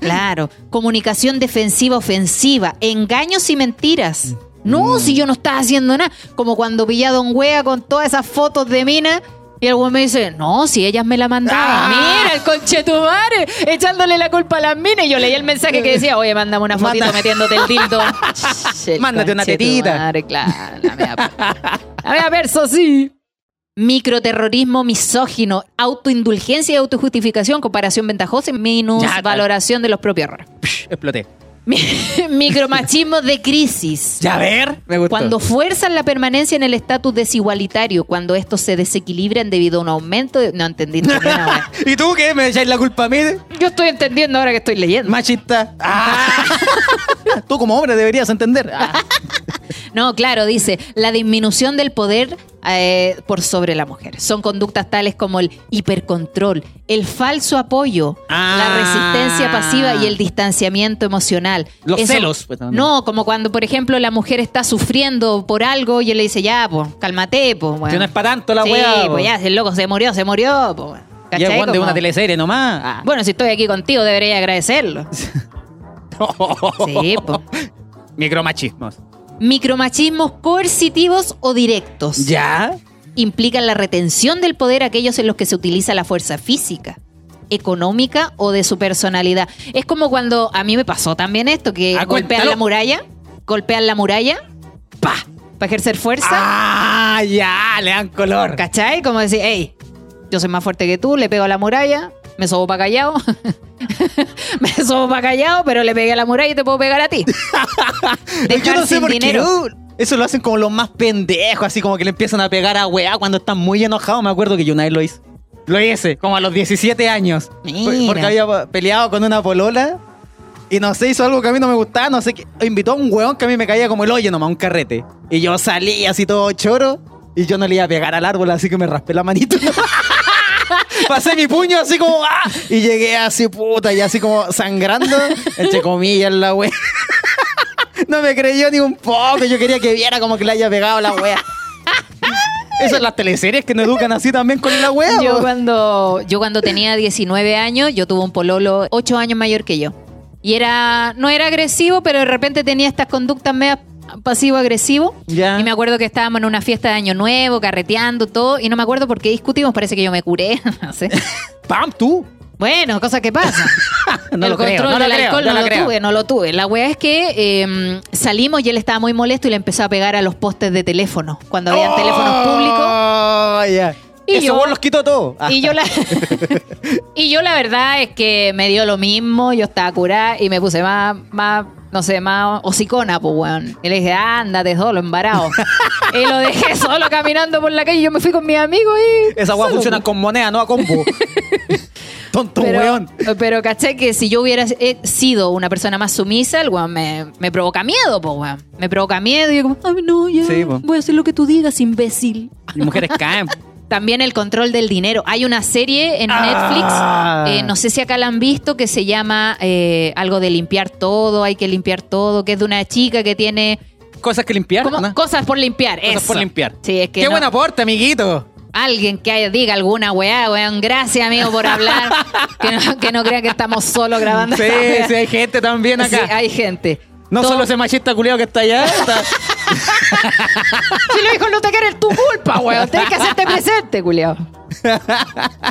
claro. Comunicación defensiva, ofensiva. Engaños y mentiras. No,
Mm.
si yo no estaba haciendo nada. Como cuando pillé a Don Wea con todas esas fotos de mina. Y el weón me dice, no, si ellas me la mandaban.
Ah.
Mira, el conchetumare, echándole la culpa a las minas. Y yo leí el mensaje que decía, oye, mándame una fotito
Manda-
metiéndote el dildo. El
Mándate una tetita.
conchetumare, Claro, la mea per- la mea perso, sí. Microterrorismo misógino, autoindulgencia y autojustificación, comparación ventajosa y minusvaloración de los propios errores.
Exploté.
Micromachismo de crisis.
Ya a ver. Me gustó.
Cuando fuerzan la permanencia en el estatus desigualitario, cuando estos se desequilibran debido a un aumento de... No entendí. ni una wea.
¿Y tú qué? ¿Me echáis la culpa a mí?
Yo estoy entendiendo ahora que estoy leyendo.
Machista. Ah. tú como hombre deberías entender. Ah.
No, claro, dice, la disminución del poder eh, por sobre la mujer. Son conductas tales como el hipercontrol, el falso apoyo,
Ah.
la resistencia pasiva y el distanciamiento emocional.
Los celos, pues, también.
no, como cuando, por ejemplo, la mujer está sufriendo por algo y él le dice, ya, pues, cálmate, pues.
Si Ah, no es para tanto la
sí,
wea, po.
pues ya, el loco se murió, se murió, pues.
Y es Juan de una
Como-
teleserie nomás.
Ah, Bueno, si estoy aquí contigo, debería agradecerlo. Sí, po.
Micromachismos.
Micromachismos coercitivos o directos.
¿Ya?
Implican la retención del poder a aquellos en los que se utiliza la fuerza física, económica o de su personalidad. Es como cuando a mí me pasó también esto, que
Ah,
golpean
cuéntalo.
la muralla, golpean la muralla, pa, para ejercer fuerza,
Ah, ya, le dan color.
¿cachai? Como decir, hey, yo soy más fuerte que tú, le pego a la muralla, me sobo para callado, me sobo para callado, pero le pegué a la muralla y te puedo pegar a ti.
Yo
Dejar
no sé
sin
por
dinero.
qué. uh, Eso lo hacen como los más pendejos, así como que le empiezan a pegar a weá cuando están muy enojados. Me acuerdo que yo una vez lo hice. Lo hice, como a los 17 años. Por- Porque
Mira.
había peleado con una polola y no sé, hizo algo que a mí no me gustaba, no sé qué. Invitó a un weón que a mí me caía como el hoyo nomás, un carrete. Y yo salí así todo choro y yo no le iba a pegar al árbol, así que me raspé la manito. Pasé mi puño así como ¡ah! y llegué así puta y así como sangrando, entre comillas la wea. No me creyó ni un poco. Yo quería que viera como que le haya pegado la wea. Esas las teleseries que nos educan así también con la wea.
Yo
po.
cuando, yo cuando tenía 19 años, yo tuve un pololo 8 años mayor que yo. Y era, no era agresivo, pero de repente tenía estas conductas medio pasivo-agresivo.
Ya.
Y me acuerdo que estábamos en una fiesta de Año Nuevo, carreteando, todo. Y no me acuerdo por qué discutimos, parece que yo me curé, no sé.
¡Pam! ¡Tú!
Bueno, cosas que pasan.
No
el
lo
control
creo, no lo
del
creo,
alcohol
no
no,
lo
lo,
creo.
tuve, no lo tuve. La weá es que eh, salimos y él estaba muy molesto y le empezó a pegar a los postes de teléfono, cuando había teléfonos públicos.
Oh, ya.
Y
Ese
yo-
weón los quitó todo. Ah,
Y yo, la, y yo la verdad es que me dio lo mismo, yo estaba curada y me puse más, más no sé, más hocicona, pues, weón. Y le dije, ándate solo, embarado. y lo dejé solo caminando por la calle y yo me fui con mis amigos y...
Esa weá
solo,
funciona con moneda, no a combo. Tonto
pero,
weón.
pero caché que si yo hubiera eh, sido una persona más sumisa, el weón me, me provoca miedo, pues, weón. Me provoca miedo y yo como, ay, no, ya,
Sí, po.
voy a hacer lo que tú digas, imbécil.
Y mujeres caen.
También el control del dinero. Hay una serie en
Ah.
Netflix, eh, no sé si acá la han visto, que se llama eh, algo de limpiar todo, hay que limpiar todo, que es de una chica que tiene
Cosas que limpiar.
como
¿no?
cosas por limpiar.
Cosas
eso.
por limpiar.
Sí, es que
Qué
no-
buen aporte, amiguito.
alguien que haya- diga alguna weá, weón, gracias amigo por hablar, que, no, que no crea que estamos solo grabando.
Sí,
esta weá.
sí, hay gente también acá.
Sí, hay gente.
No
Todo-
solo ese machista culiado que está allá. está-
Si lo dijo no te es tu culpa, weón. Tienes que hacerte presente, culiao.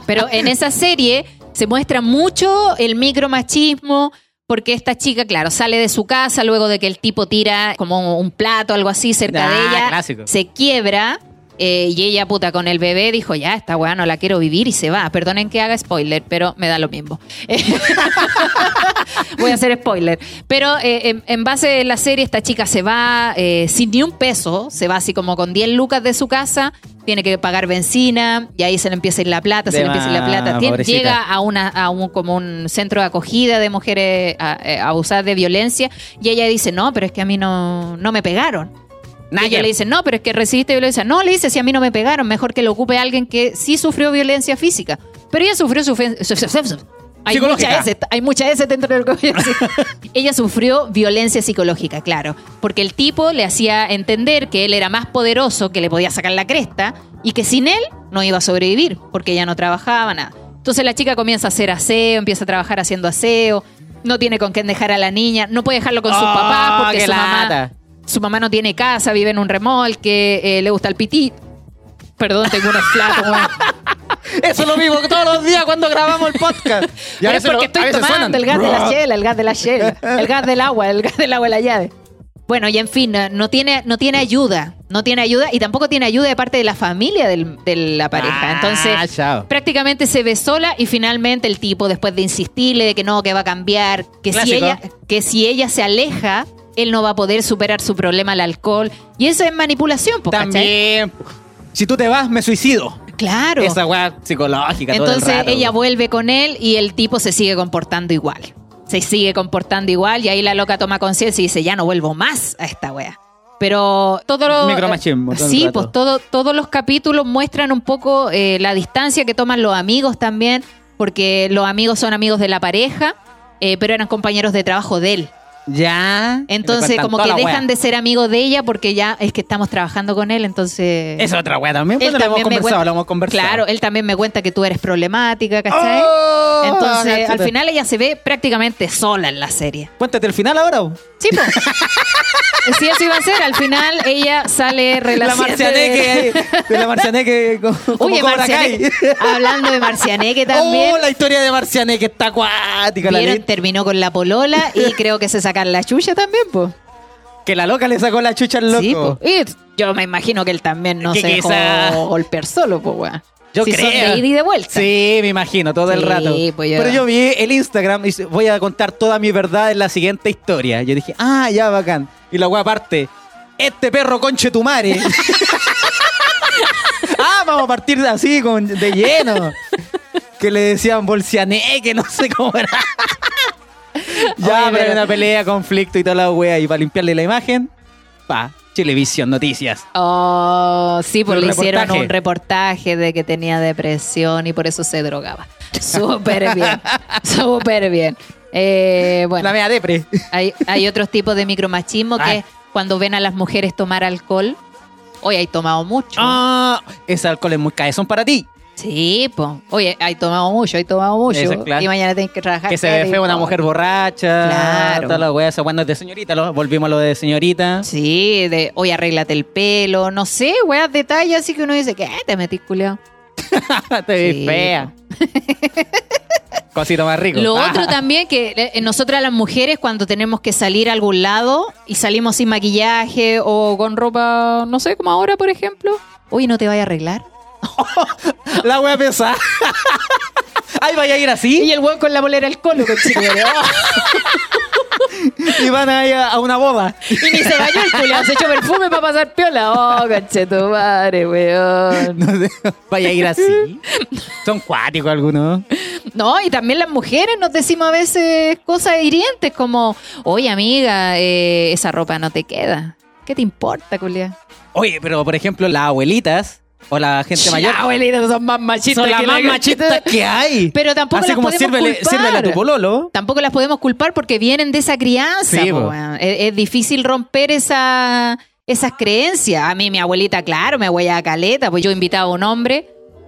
Pero en esa serie se muestra mucho el micromachismo. Porque esta chica, claro, sale de su casa luego de que el tipo tira como un plato, algo así, cerca de
Ah,
ella.
clásico.
Se quiebra eh, y ella, puta, con el bebé dijo, ya, esta weá no la quiero vivir y se va. Perdonen que haga spoiler, pero me da lo mismo. Voy a hacer spoiler. Pero eh, en, en base a la serie, esta chica se va eh, sin ni un peso, se va así como con 10 lucas de su casa, tiene que pagar benzina, y ahí se le empieza a ir la plata, se
De
le empieza a ir la
más,
plata. Tien-
pobrecita.
llega a, una, a un, como un centro de acogida de mujeres a- eh, abusadas de violencia, y ella dice, no, pero es que a mí no, no me pegaron. Y ella le dice, no, pero es que recibiste violencia. No, le dice, si a mí no me pegaron, mejor que lo ocupe alguien que sí sufrió violencia física. Pero ella sufrió su... fe- su- su- su- su- Hay
Psicológica.
mucha S, hay mucha S dentro del gobierno. Sí. ella sufrió violencia psicológica, claro. Porque el tipo le hacía entender que él era más poderoso, que le podía sacar la cresta y que sin él no iba a sobrevivir porque ella no trabajaba, nada. Entonces la chica comienza a hacer aseo, empieza a trabajar haciendo aseo, no tiene con quién dejar a la niña, no puede dejarlo con sus
Oh,
papás porque
qué
su mamá
lata.
su mamá no tiene casa, vive en un remolque, eh, le gusta el pití. Perdón, tengo unos flacos. weón.
Eso lo vivo todos los días cuando grabamos el podcast. Y a
Pero es
veces
porque
lo- a
estoy
veces
tomando
suenan.
el gas de la chela, el gas de la chela, el gas del agua, el gas del agua de la llave. Bueno, y en fin, no- no tiene, no tiene ayuda. No tiene ayuda y tampoco tiene ayuda de parte de la familia del- de la pareja. Entonces,
Ah, chao.
prácticamente se ve sola y finalmente el tipo, después de insistirle de que no, que va a cambiar, que si,
Clásico.
ella, que si ella se aleja, él no va a poder superar su problema al alcohol. Y eso es manipulación, po, ¿cachai?
También. Si tú te vas, me suicido.
Claro.
Esa weá psicológica. todo el
Entonces
rato.
ella vuelve con él y el tipo se sigue comportando igual. Se sigue comportando igual y ahí la loca toma conciencia y dice, ya no vuelvo más a esta wea. Pero todo lo-
Micromachismo, todo el
sí,
rato.
pues todo, todos los capítulos muestran un poco eh, la distancia que toman los amigos también, porque los amigos son amigos de la pareja, eh, pero eran compañeros de trabajo de él.
Ya. Le
Entonces,
cuentan
como
toda
que
la wea.
dejan de ser amigos de ella porque ya es que estamos trabajando con él, entonces...
Es otra wea también,
Él
pues, no lo hemos
también me
conversado,
cuenta-
lo hemos conversado.
Claro, él también me cuenta que tú eres problemática, ¿cachai?
¡Oh!
Entonces,
Cáchate.
al final ella se ve prácticamente sola en la serie.
Cuéntate el final ahora. po.
Sí, po. Sí, eso iba a ser. Al final ella sale
La
relacionada.
marcianeque. ahí, De la marcianeque. co- como
Oye,
Cobra
Marcianeque.
Kai.
Hablando de Marcianeque también.
Oh, la historia de Marcianeque está acuática. La
Vieron,
ley,
terminó con la polola y creo que se sacan la chucha también, po.
que la loca le sacó la chucha al loco.
Sí, po. Y yo me imagino que él también no
Que
se
quizá-
dejó golpear solo, po, weón.
Yo
si son
creo.
de ida y de vuelta.
Sí, me imagino, todo el
Sí,
rato.
pues yo-
Pero yo vi el Instagram y se- voy a contar toda mi verdad en la siguiente historia. Yo dije, ah, ya, bacán. Y la wea parte, este perro conche tu madre. ah, vamos a partir de así, con, de lleno. que le decían bolsiané, que no sé cómo era.
Oye,
ya, pero hay
pero-
una pelea, conflicto y toda la wea. Y para limpiarle la imagen, pa, Televisión Noticias.
Oh, sí, pues
El
le hicieron
reportaje.
un reportaje de que tenía depresión y por eso se drogaba. Súper bien, súper bien. Eh, bueno,
La Ah. mea depre.
hay, hay otros tipos de micromachismo que
Ay.
es cuando ven a las mujeres tomar alcohol. Hoy hay tomado mucho.
Ah, ese alcohol es muy cabezón para ti.
Sí, pues. Oye, hay tomado mucho, hay tomado mucho.
Eso es claro.
Y mañana tenés que trabajar.
Que se ve
tarde y
feo una
todo.
mujer borracha.
Ah, Claro.
Toda la wea, esa wea no es de señorita. lo- volvimos a lo de señorita.
Sí, de hoy arréglate el pelo. No sé, weas, detalles así que uno dice, ¿qué? Te metís culiao.
Ah, Te vi
Sí,
fea. Cosito más rico.
Lo
Ah,
otro también que eh, nosotras las mujeres cuando tenemos que salir a algún lado y salimos sin maquillaje o con ropa, no sé, como ahora por ejemplo, oye, no te vayas a arreglar.
La wea pesada. Ahí vaya a ir así.
Y el weón con la bolera al colo, conchetumare. Oh,
Y van a ir a a una boda.
Y ni se bañó el culiao, se echó perfume para pasar piola. Oh, conchetumare, weón.
No sé, vaya a ir así. Son cuáticos algunos.
No, y también las mujeres nos decimos a veces cosas hirientes como, oye amiga, eh, esa ropa no te queda. ¿Qué te importa, culiao?
Oye, pero por ejemplo, las abuelitas o la gente mayor.
Las abuelitas son más machistas
Son las
que
más machistas que hay.
Pero tampoco
Así
las
como
podemos
sírvele,
culpar.
sírvele a tu pololo.
Tampoco las podemos culpar porque vienen de esa crianza.
Sí,
po,
po.
weón. Es, es difícil romper esa, esas creencias. A mí mi abuelita, claro, me huella a caleta, pues yo invitaba a un hombre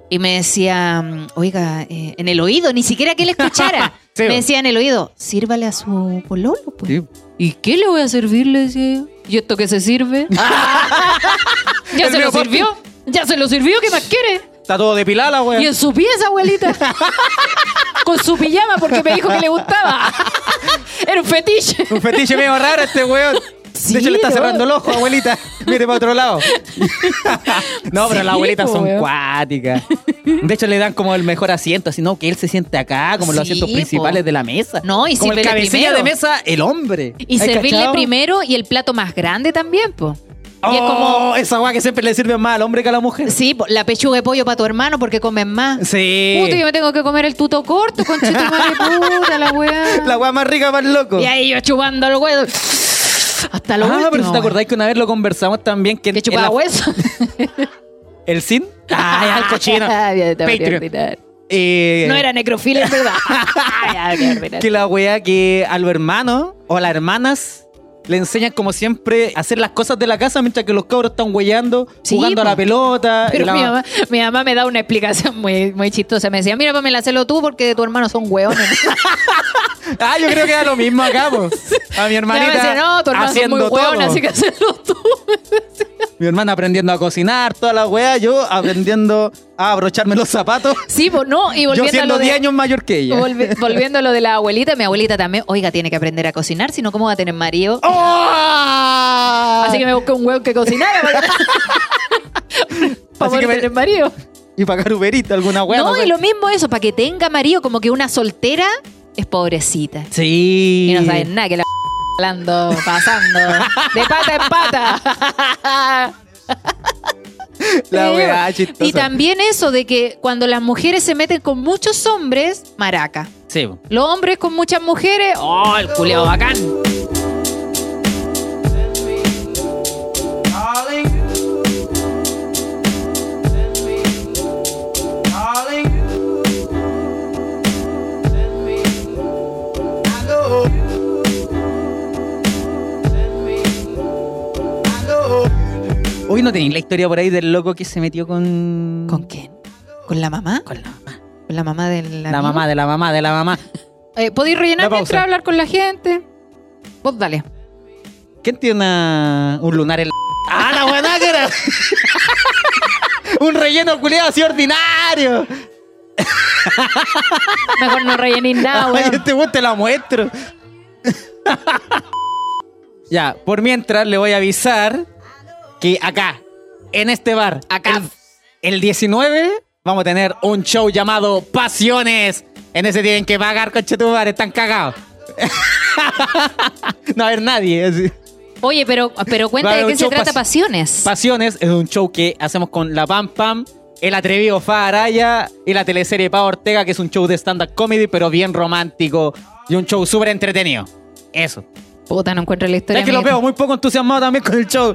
y me decía, mm, oiga, eh, en el oído, ni siquiera que él escuchara.
Sí, po.
me decía en el oído, sírvale a su pololo. Pues.
Sí.
¿Y qué le voy a servir? Le decía. ¿Y esto qué se sirve? ¿Ya se
El
lo
Leopoldo.
sirvió? ¿Ya se lo sirvió? ¿Qué más quiere?
Está todo depilada la
Y
wea.
en su pieza, abuelita. Con su pijama, porque me dijo que le gustaba. Era un fetiche.
Un fetiche medio raro este weón.
Sí,
de hecho, le está
¿no?
cerrando el ojo, abuelita. Mire para otro lado. no, pero
Sí,
las abuelitas
po,
son
weón.
cuáticas. De hecho, le dan como el mejor asiento, así no, que él se siente acá, como los
Sí,
asientos
po.
principales de la mesa.
No, y
como el
sírvele
cabecilla
primero.
de mesa, el hombre.
Y
¿Hay
servirle
cachado?
primero y el plato más grande también, po.
Oh,
Y es como,
esa weá que siempre le sirve más al hombre que a la mujer.
sí, po, la pechuga de pollo para tu hermano porque comen más.
Sí.
Puta, yo me tengo que comer el tuto corto, conchita madre puta, la weá.
La weá más rica para el loco.
Y ahí yo chupando el huevo. Hasta lo
ah,
último.
pero si te
weón.
acordáis que una vez lo conversamos también. Que,
Que
en
chupaba
la-
hueso.
El sin. Ay, al cochino.
Ah, ya te voy a
Patreon.
olvidar.
Eh,
No era necrofilia, es verdad. Ah, ya te voy a olvidar.
que la wea que a los hermanos o a las hermanas le enseñan como siempre a hacer las cosas de la casa mientras que los cabros están weyando,
Sí,
jugando a la
po.
pelota. y
Pero
la
mi,
ma-
mamá, mi mamá me da una explicación muy, muy chistosa. Me decía, mira, Pamela, hazlo tú porque tu hermano son hueones.
Ah, yo creo que era lo mismo acá, po. A mi
Me
hermanita
decía, no, tu hermano son
haciendo
muy hueones,
todo.
así que hazlo tú.
Mi hermana aprendiendo a cocinar, toda la wea, yo aprendiendo a abrocharme los zapatos.
Sí, pues no, y
Yo
volviendo a
siendo
lo
10
de...
años mayor que ella.
volvi- volviendo a lo de la abuelita, mi abuelita también, oiga, tiene que aprender a cocinar, si no, ¿cómo va a tener marido?
¡Oh!
Así que me busqué un hueón que cocinara para, para
Así que
poder
me-
tener marido.
Y pagar Uberita, alguna wea.
no,
sé.
y lo mismo eso, para que tenga marido, como que una soltera es pobrecita.
Sí.
Y no saben nada que la hablando, pasando, de pata en pata.
La
Sí,
wea
va.
chistosa.
Y también eso de que cuando las mujeres se meten con muchos hombres, maraca.
Sí, po. Oh,
Los hombres con muchas mujeres, oh, el culeado bacán.
Uy, ¿no tenéis la historia por ahí del loco que se metió con...
¿Con quién? ¿Con la mamá?
Con la mamá.
Con la mamá del.
La mamá, de la mamá, de la mamá.
Eh, ¿Podéis
La
rellenar
pausa.
mientras hablar con la gente? Vos dale.
¿Quién tiene una- un lunar en la... ¡Ah, la buena que era! un relleno culiado así ordinario.
Mejor no rellenís nada,
Ay,
weón.
este weón te la muestro. ya, por mientras le voy a avisar que acá, en este bar,
Acá.
el, el 19, vamos a tener un show llamado Pasiones. En ese tienen que pagar, coche tu bar, están cagados. no va a haber nadie. así.
Oye, pero, pero cuenta
Vale,
de
un
qué se
show
trata
pas-
Pasiones.
Pasiones es un show que hacemos con la Pam Pam, el atrevido Fa Araya y la teleserie Pa Ortega, que es un show de stand-up comedy, pero bien romántico y un show súper entretenido. Eso.
Puta, no encuentro la historia.
Es que lo
amigo.
veo muy poco entusiasmado también con el show.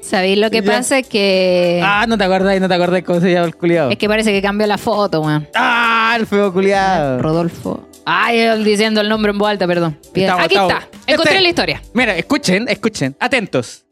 ¿Sabéis lo que
Ya.
pasa? Es que.
Ah, no te acordás, no te acordás cómo se llama el culiado.
Es que parece que cambió la foto, weón.
Ah, el feo culiado.
Rodolfo. Ay, él diciendo el nombre en voz alta, perdón. Bien.
Estamos,
Aquí
estamos.
está. Encontré
Este.
la historia.
Mira, escuchen, escuchen, atentos.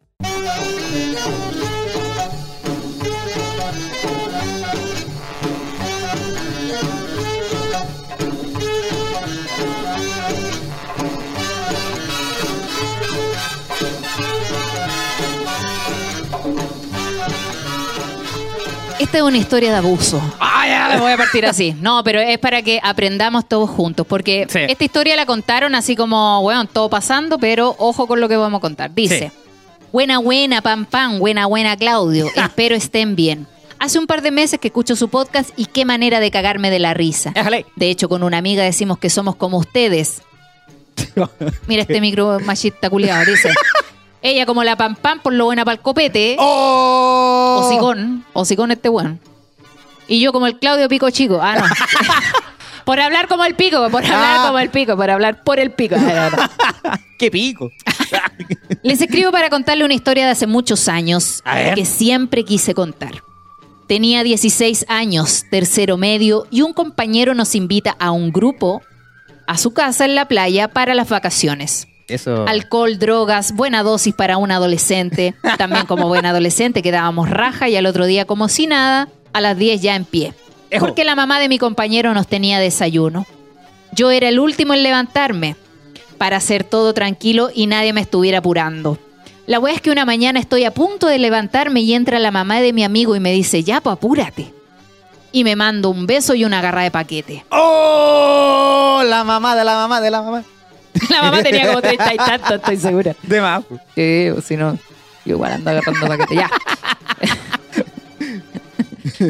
Esta es una historia de abuso.
Ay,
Me voy a partir así. No, pero es para que aprendamos todos juntos. Porque
Sí.
esta historia la contaron así como, bueno, todo pasando, pero ojo con lo que vamos a contar. Dice: Buena, buena, pan, pan, buena, buena, Claudio. Espero estén bien. Hace un par de meses que escucho su podcast y qué manera de cagarme de la risa.
Déjale.
De hecho, con una amiga decimos que somos como ustedes. Mira este micro machista culiado, dice. Ella como la pan pan por lo buena para el copete.
¡Oh!
Hocicón, hocicón este weón. Y yo como el Claudio Pico Chico. Ah, no. por hablar como el pico, por hablar
Ah.
como el pico, por hablar por el pico. Ah, no, no.
¡Qué pico!
Les escribo para contarle una historia de hace muchos años
A ver.
que siempre quise contar. Tenía 16 años, tercero medio, y un compañero nos invita a un grupo a su casa en la playa para las vacaciones.
Eso.
Alcohol, drogas, buena dosis para un adolescente. También como buen adolescente quedábamos raja y al otro día como si nada, a las 10 ya en pie.
Ejo.
Porque la mamá de mi compañero nos tenía desayuno. Yo era el último en levantarme para hacer todo tranquilo y nadie me estuviera apurando. La wea es que una mañana estoy a punto de levantarme y entra la mamá de mi amigo y me dice, ya, pues apúrate. Y me mando un beso y una garra de paquete.
¡Oh! La mamá de la mamá de la mamá.
La mamá tenía como treinta y tantos, estoy segura.
De más.
Sí, o si no, yo igual ando agarrando paquete. Ya.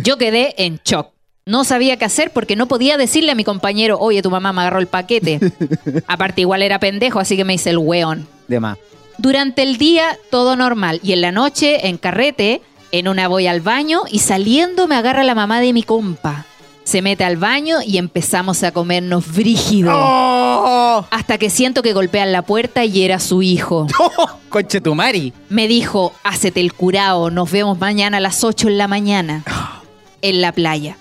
yo quedé en shock. No sabía qué hacer porque no podía decirle a mi compañero, oye, tu mamá me agarró el paquete. Aparte, igual era pendejo, así que me hice el weón.
De más.
Durante el día, todo normal. Y en la noche, en carrete, en una voy al baño y saliendo me agarra la mamá de mi compa. Se mete al baño y empezamos a comernos brígido.
¡Oh!
Hasta que siento que golpean la puerta y era su hijo.
Oh, Conchetumari.
Me dijo, hácete el curao, nos vemos mañana a las 8 en la mañana, en la playa.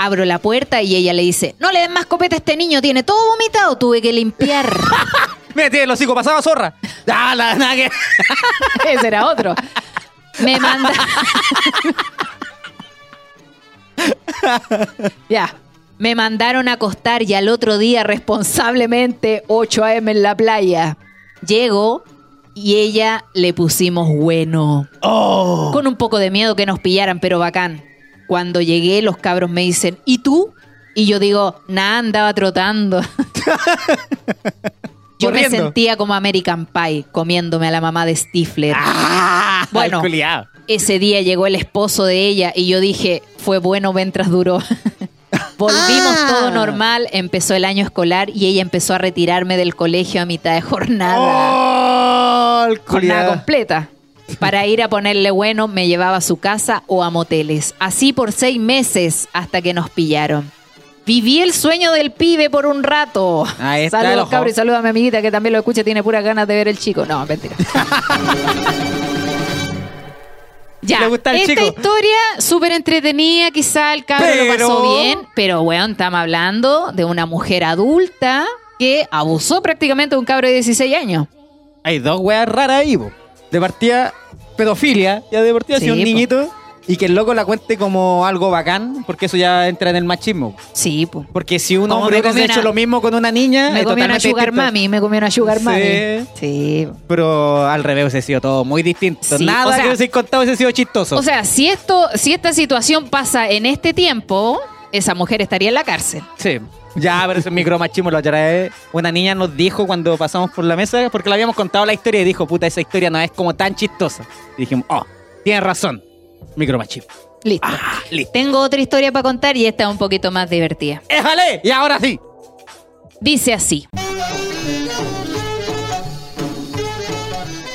Abro la puerta y ella le dice, no le den más copeta a este niño, tiene todo vomitado, tuve que limpiar.
Mira, tiene el hocico pasaba zorra. Ah, la nada que-
Ese era otro. Me manda... ya. Me mandaron a acostar y al otro día responsablemente 8 a.m. en la playa. Llego y ella le pusimos bueno.
¡Oh!
Con un poco de miedo que nos pillaran, pero bacán. Cuando llegué, los cabros me dicen, ¿y tú? Y yo digo, nada, andaba trotando. yo me
Corriendo.
sentía como American Pie, comiéndome a la mamá de Stifler.
Ah,
Bueno.
al culiao.
Ese día llegó el esposo de ella y yo dije, fue bueno mientras duró. Volvimos
Ah.
todo normal, empezó el año escolar y ella empezó a retirarme del colegio a mitad de jornada
¡Oh! El
jornada
culiao.
completa. Para ir a ponerle bueno, me llevaba a su casa o a moteles. Así por seis meses hasta que nos pillaron. Viví el sueño del pibe por un rato.
Ahí está el
Saludos,
ojo.
cabros, y saludos a mi amiguita que también lo escucha, tiene puras ganas de ver el chico. No, mentira. ya,
Le gusta el
esta
chico.
historia súper entretenida, quizá el cabro lo pasó
Pero-
bien, pero weón, estamos hablando de una mujer adulta que abusó prácticamente de un cabro de 16 años.
Hay dos weas raras ahí, po. de partida pedofilia, ya de partida, si
Sí,
un
po.
niñito, y que el loco la cuente como algo bacán, porque eso ya entra en el machismo.
Sí, pues.
Porque si un
Como
hombre
me comí
hubiese
una-
hecho lo mismo con una niña,
Me
es
comió una
totalmente
sugar
distinto.
mami, me comió una sugar
Sí.
mami. Sí.
Pero al revés hubiese sido todo muy distinto.
Sí,
Nada
o sea-
que hubiese contado hubiese sido chistoso.
O sea, si esto, si esta situación pasa en este tiempo, esa mujer estaría en la cárcel.
Sí. Ya, pero ese micromachismo lo otra vez. Una niña nos dijo cuando pasamos por la mesa, porque le habíamos contado la historia y dijo, puta, esa historia no es como tan chistosa. Y dijimos, oh, tienes razón. Micromachismo.
Listo.
Ah, listo.
Tengo otra historia para contar y esta es un poquito más divertida.
¡Éjale! Y ahora sí.
Dice así.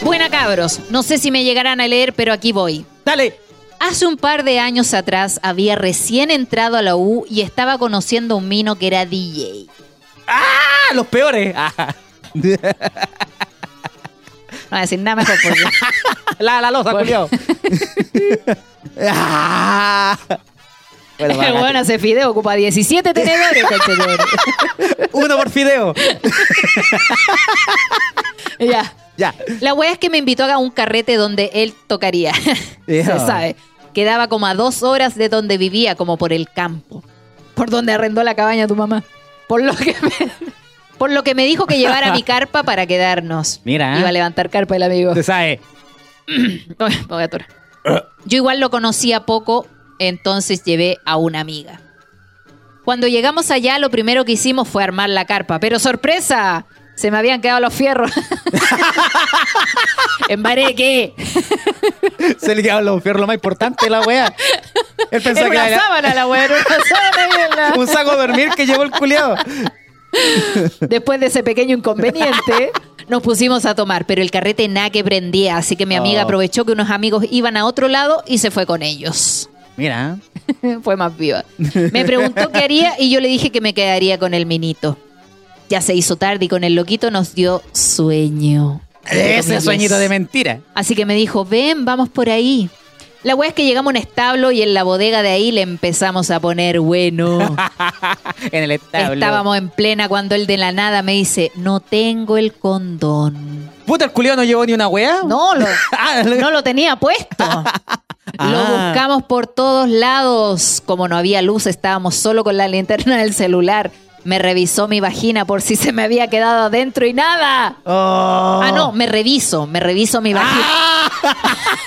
Buena cabros, no sé si me llegarán a leer, pero aquí voy.
Dale.
Hace un par de años atrás había recién entrado a la U y estaba conociendo a un mino que era DJ.
Ah, los peores. Ah,
No voy a decir nada mejor porque...
la, la losa, culiao. Ah. Bueno, va,
bueno, ese fideo ocupa 17 tenedores. conchetumare.
Uno por fideo.
ya.
Ya.
La wea es que me invitó a un carrete donde él tocaría.
Yeah.
Se sabe. Quedaba como a dos horas de donde vivía, como por el campo. Por donde arrendó la cabaña tu mamá. Por lo que me, por lo que me dijo que llevara mi carpa para quedarnos.
Mira.
Iba a levantar carpa el amigo.
Se sabe.
Uy, me voy a atorar. Yo igual lo conocía poco, entonces llevé a una amiga. Cuando llegamos allá, lo primero que hicimos fue armar la carpa, pero sorpresa, se me habían quedado los fierros. ¿En qué?
Se le quedaron los fierros lo más importante de la wea. Él pensaba
Era
que
una
era
sábana la weá, era una sábana, mierda.
un saco de dormir que llevó el culiao.
Después de ese pequeño inconveniente, nos pusimos a tomar, pero el carrete nada que prendía, así que mi amiga
Oh.
aprovechó que unos amigos iban a otro lado y se fue con ellos.
Mira.
Fue más viva. Me preguntó qué haría y yo le dije que me quedaría con el minito. Ya se hizo tarde y con el loquito nos dio sueño. Entre
Ese
comillas.
sueñito de mentira.
Así que me dijo, ven, vamos por ahí. La weá es que llegamos a un establo y en la bodega de ahí le empezamos a poner bueno.
En el establo.
Estábamos en plena cuando él de la nada me dice, no tengo el condón.
Puta, el culiao no llevó ni una wea.
No lo,
Ah, lo-
no lo tenía puesto. Lo
Ah.
buscamos por todos lados. Como no había luz, estábamos solo con la linterna del celular. Me revisó mi vagina por si se me había quedado adentro y nada.
Oh. Ah.
Ah, no, me reviso, me reviso mi vagina.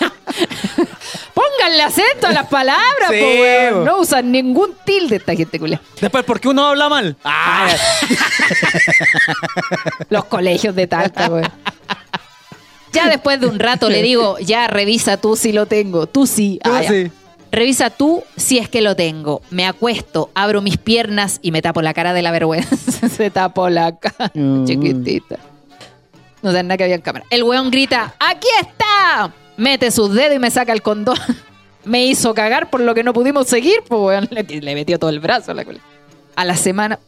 Pónganle acento a las palabras,
Sí,
po, weón.
po.
No usan ningún tilde esta gente culia.
Después, ¿por qué uno habla mal? Ah,
Los colegios de Talca, güey. Ya después de un rato le digo, ya revisa tú si lo tengo. Tú sí.
tú
Ah, ya.
sí.
Revisa tú si es que lo tengo. Me acuesto, abro mis piernas y me tapo la cara de la vergüenza. Se tapó la cara, chiquitita. No sé nada que había en cámara. El weón grita, ¡aquí está! Mete sus dedos y me saca el condón. Me hizo cagar por lo que no pudimos seguir, pues weón. Le, le metió todo el brazo a la cola. A la semana...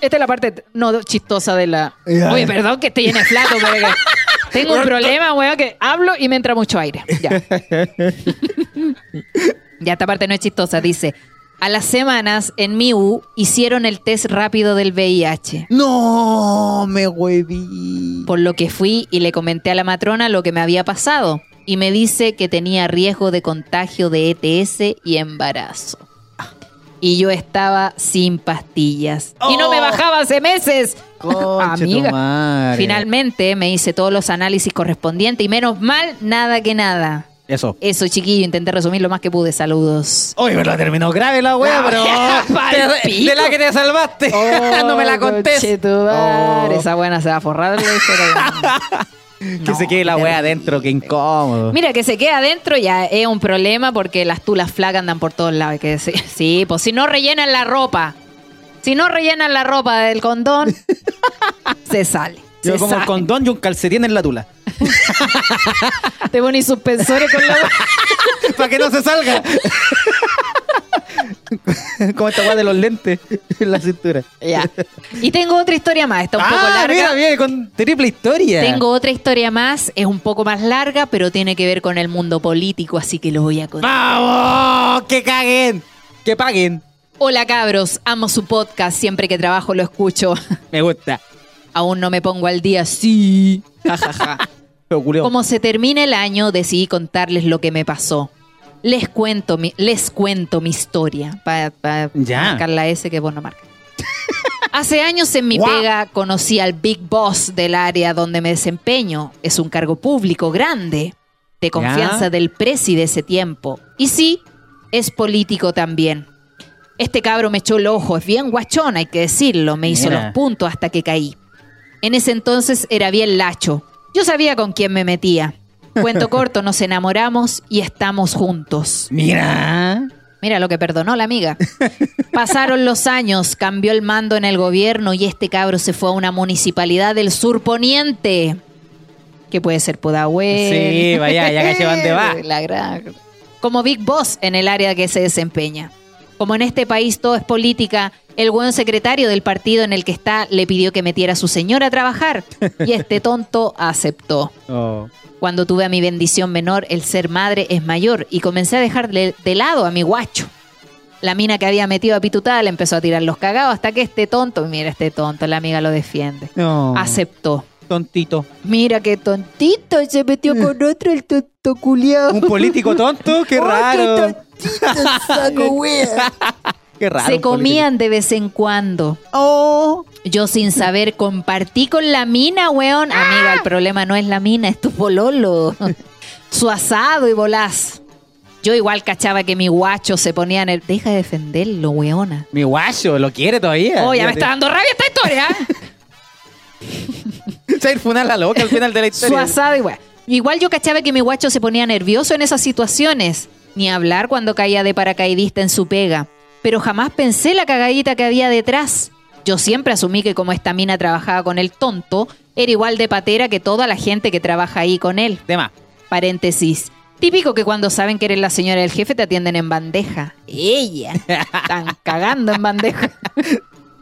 Esta es la parte no chistosa de la... Oye, perdón que esté llena de flaco, pero que... Tengo un problema, weón, que hablo y me entra mucho aire. Ya. Ya esta parte no es chistosa, dice. A las semanas en mi U hicieron el test rápido del VIH,
No, me hueví.
por lo que fui y le comenté a la matrona lo que me había pasado y me dice que tenía riesgo de contagio de ETS y embarazo. Y yo estaba sin pastillas. Y no me bajaba hace meses.
Conche tu
Amiga.
madre.
Finalmente me hice todos los análisis correspondientes y menos mal, nada que nada.
Eso.
Eso, chiquillo, intenté resumir lo más que pude. Saludos.
Oye, pero la terminó grave la wea,
La
pero.
wea, pa'l
Te-
pico. Oh,
de la que te salvaste. no me la contés.
conchetumare,
Oh.
Esa buena se va a forrar. le dije, pero-
Que
No,
se quede la
qué
wea
terrible.
adentro, que incómodo.
Mira, que se quede adentro ya es un problema porque las tulas flacas andan por todos lados. hay que decir. sí, pues si no rellenan la ropa, si no rellenan la ropa del condón, se sale.
Yo
se
como
sale.
un condón y un calcetín en la tula.
Te pones suspensores con la
Para que no se salga. como esta wea de los lentes en la cintura.
Ya. Y tengo otra historia más, está un poco larga.
Ah, Mira, mira, con triple historia.
Tengo otra historia más, es un poco más larga, pero tiene que ver con el mundo político, así que lo voy a contar.
¡Vamos! ¡Que caguen! ¡Que paguen!
Hola cabros, amo su podcast, siempre que trabajo lo escucho.
Me gusta.
Aún no me pongo al día, sí. Ja, ja, ja.
Pero culeo.
Como se termina el año, decidí contarles lo que me pasó. Les cuento mi, les cuento mi historia. Para
Ya.
marcar la S que vos no marcas. Hace años en mi
Guau.
pega conocí al Big Boss del área donde me desempeño. Es un cargo público grande, de confianza del presi de ese tiempo. Y sí, es político también. Este cabro me echó el ojo, es bien guachón, hay que decirlo. Me hizo
Mira.
los puntos hasta que caí. En ese entonces era bien lacho. Yo sabía con quién me metía. Cuento corto, nos enamoramos y estamos juntos.
Mira.
Mira lo que perdonó la amiga. Pasaron los años, cambió el mando en el gobierno y este cabro se fue a una municipalidad del sur poniente. Que puede ser Pudahuel.
Sí, vaya, ya caché dónde va.
La granja. Como Big Boss en el área que se desempeña. Como en este país todo es política, el buen secretario del partido en el que está le pidió que metiera a su señora a trabajar y este tonto aceptó.
Oh.
Cuando tuve a mi bendición menor, el ser madre es mayor y comencé a dejarle de lado a mi guacho. La mina que había metido a pitutada le empezó a tirar los cagados hasta que este tonto, mira este tonto, la amiga lo defiende.
No.
Aceptó.
Tontito.
Mira qué tontito, se metió con otro el tonto culiao.
Un político tonto, qué raro. Qué raro.
Se
un político.
comían de vez en cuando. Yo sin saber compartí con la mina, weón. Amiga, el problema no es la mina, es tu pololo. Su asado y volás. Yo igual cachaba que mi guacho se ponía en el... Deja de defenderlo, weona.
Mi guayo, lo quiere todavía.
Oh, ya me
Fíjate.
está dando rabia esta historia. ¿eh?
Se va a ir funar la loca al final de la
Su
historia.
asado igual. Igual yo cachaba que mi guacho se ponía nervioso en esas situaciones. Ni hablar cuando caía de paracaidista en su pega. Pero jamás pensé la cagadita que había detrás. Yo siempre asumí que como esta mina trabajaba con el tonto, era igual de patera que toda la gente que trabaja ahí con él.
De más.
Paréntesis. Típico que cuando saben que eres la señora del jefe te atienden en bandeja. Ella. Están cagando en bandeja.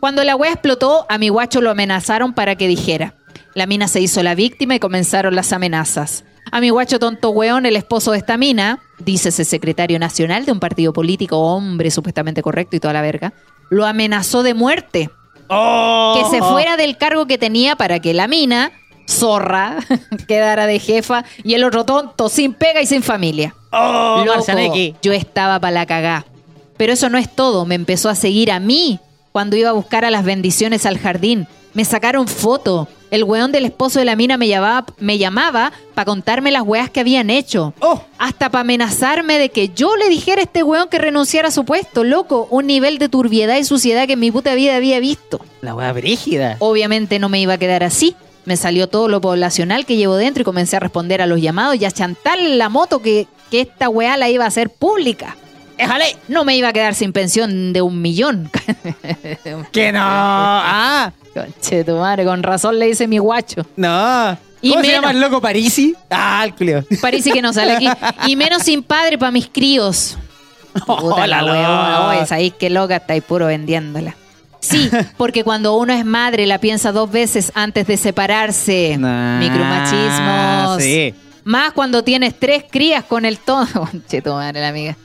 Cuando la wea explotó, a mi guacho lo amenazaron para que dijera. La mina se hizo la víctima y comenzaron las amenazas. A mi guacho tonto weón, el esposo de esta mina, dice ese secretario nacional de un partido político, hombre supuestamente correcto y toda la verga, lo amenazó de muerte que se fuera del cargo que tenía para que la mina, zorra, quedara de jefa y el otro tonto, sin pega y sin familia. Loco, yo estaba para la cagá. Pero eso no es todo, me empezó a seguir a mí cuando iba a buscar a las bendiciones al jardín. Me sacaron foto. El weón del esposo de la mina me llamaba, me llamaba para contarme las weas que habían hecho.
Oh.
Hasta para amenazarme de que yo le dijera a este weón que renunciara a su puesto. Loco, un nivel de turbiedad y suciedad que en mi puta vida había visto.
La wea brígida.
Obviamente no me iba a quedar así. Me salió todo lo poblacional que llevo dentro y comencé a responder a los llamados y a chantarle en la moto que, que esta weá la iba a hacer pública.
¡Éjale!
No me iba a quedar sin pensión de un millón.
¡Que no! ¡Ah!
Conche tu madre, con razón le hice mi guacho.
¡No!
Y
¿Cómo se
menos.
llama el loco Parisi? ¡Ah, el culio!
Parece que no sale aquí. Y menos sin padre para mis críos. Puta la
la
weona,
loca.
oye, sabéis que loca estáis puro vendiéndola. Sí, porque cuando uno es madre la piensa dos veces antes de separarse.
Nah,
Micromachismos.
sí.
Más cuando tienes tres crías con el tono. Che, tu madre, la amiga.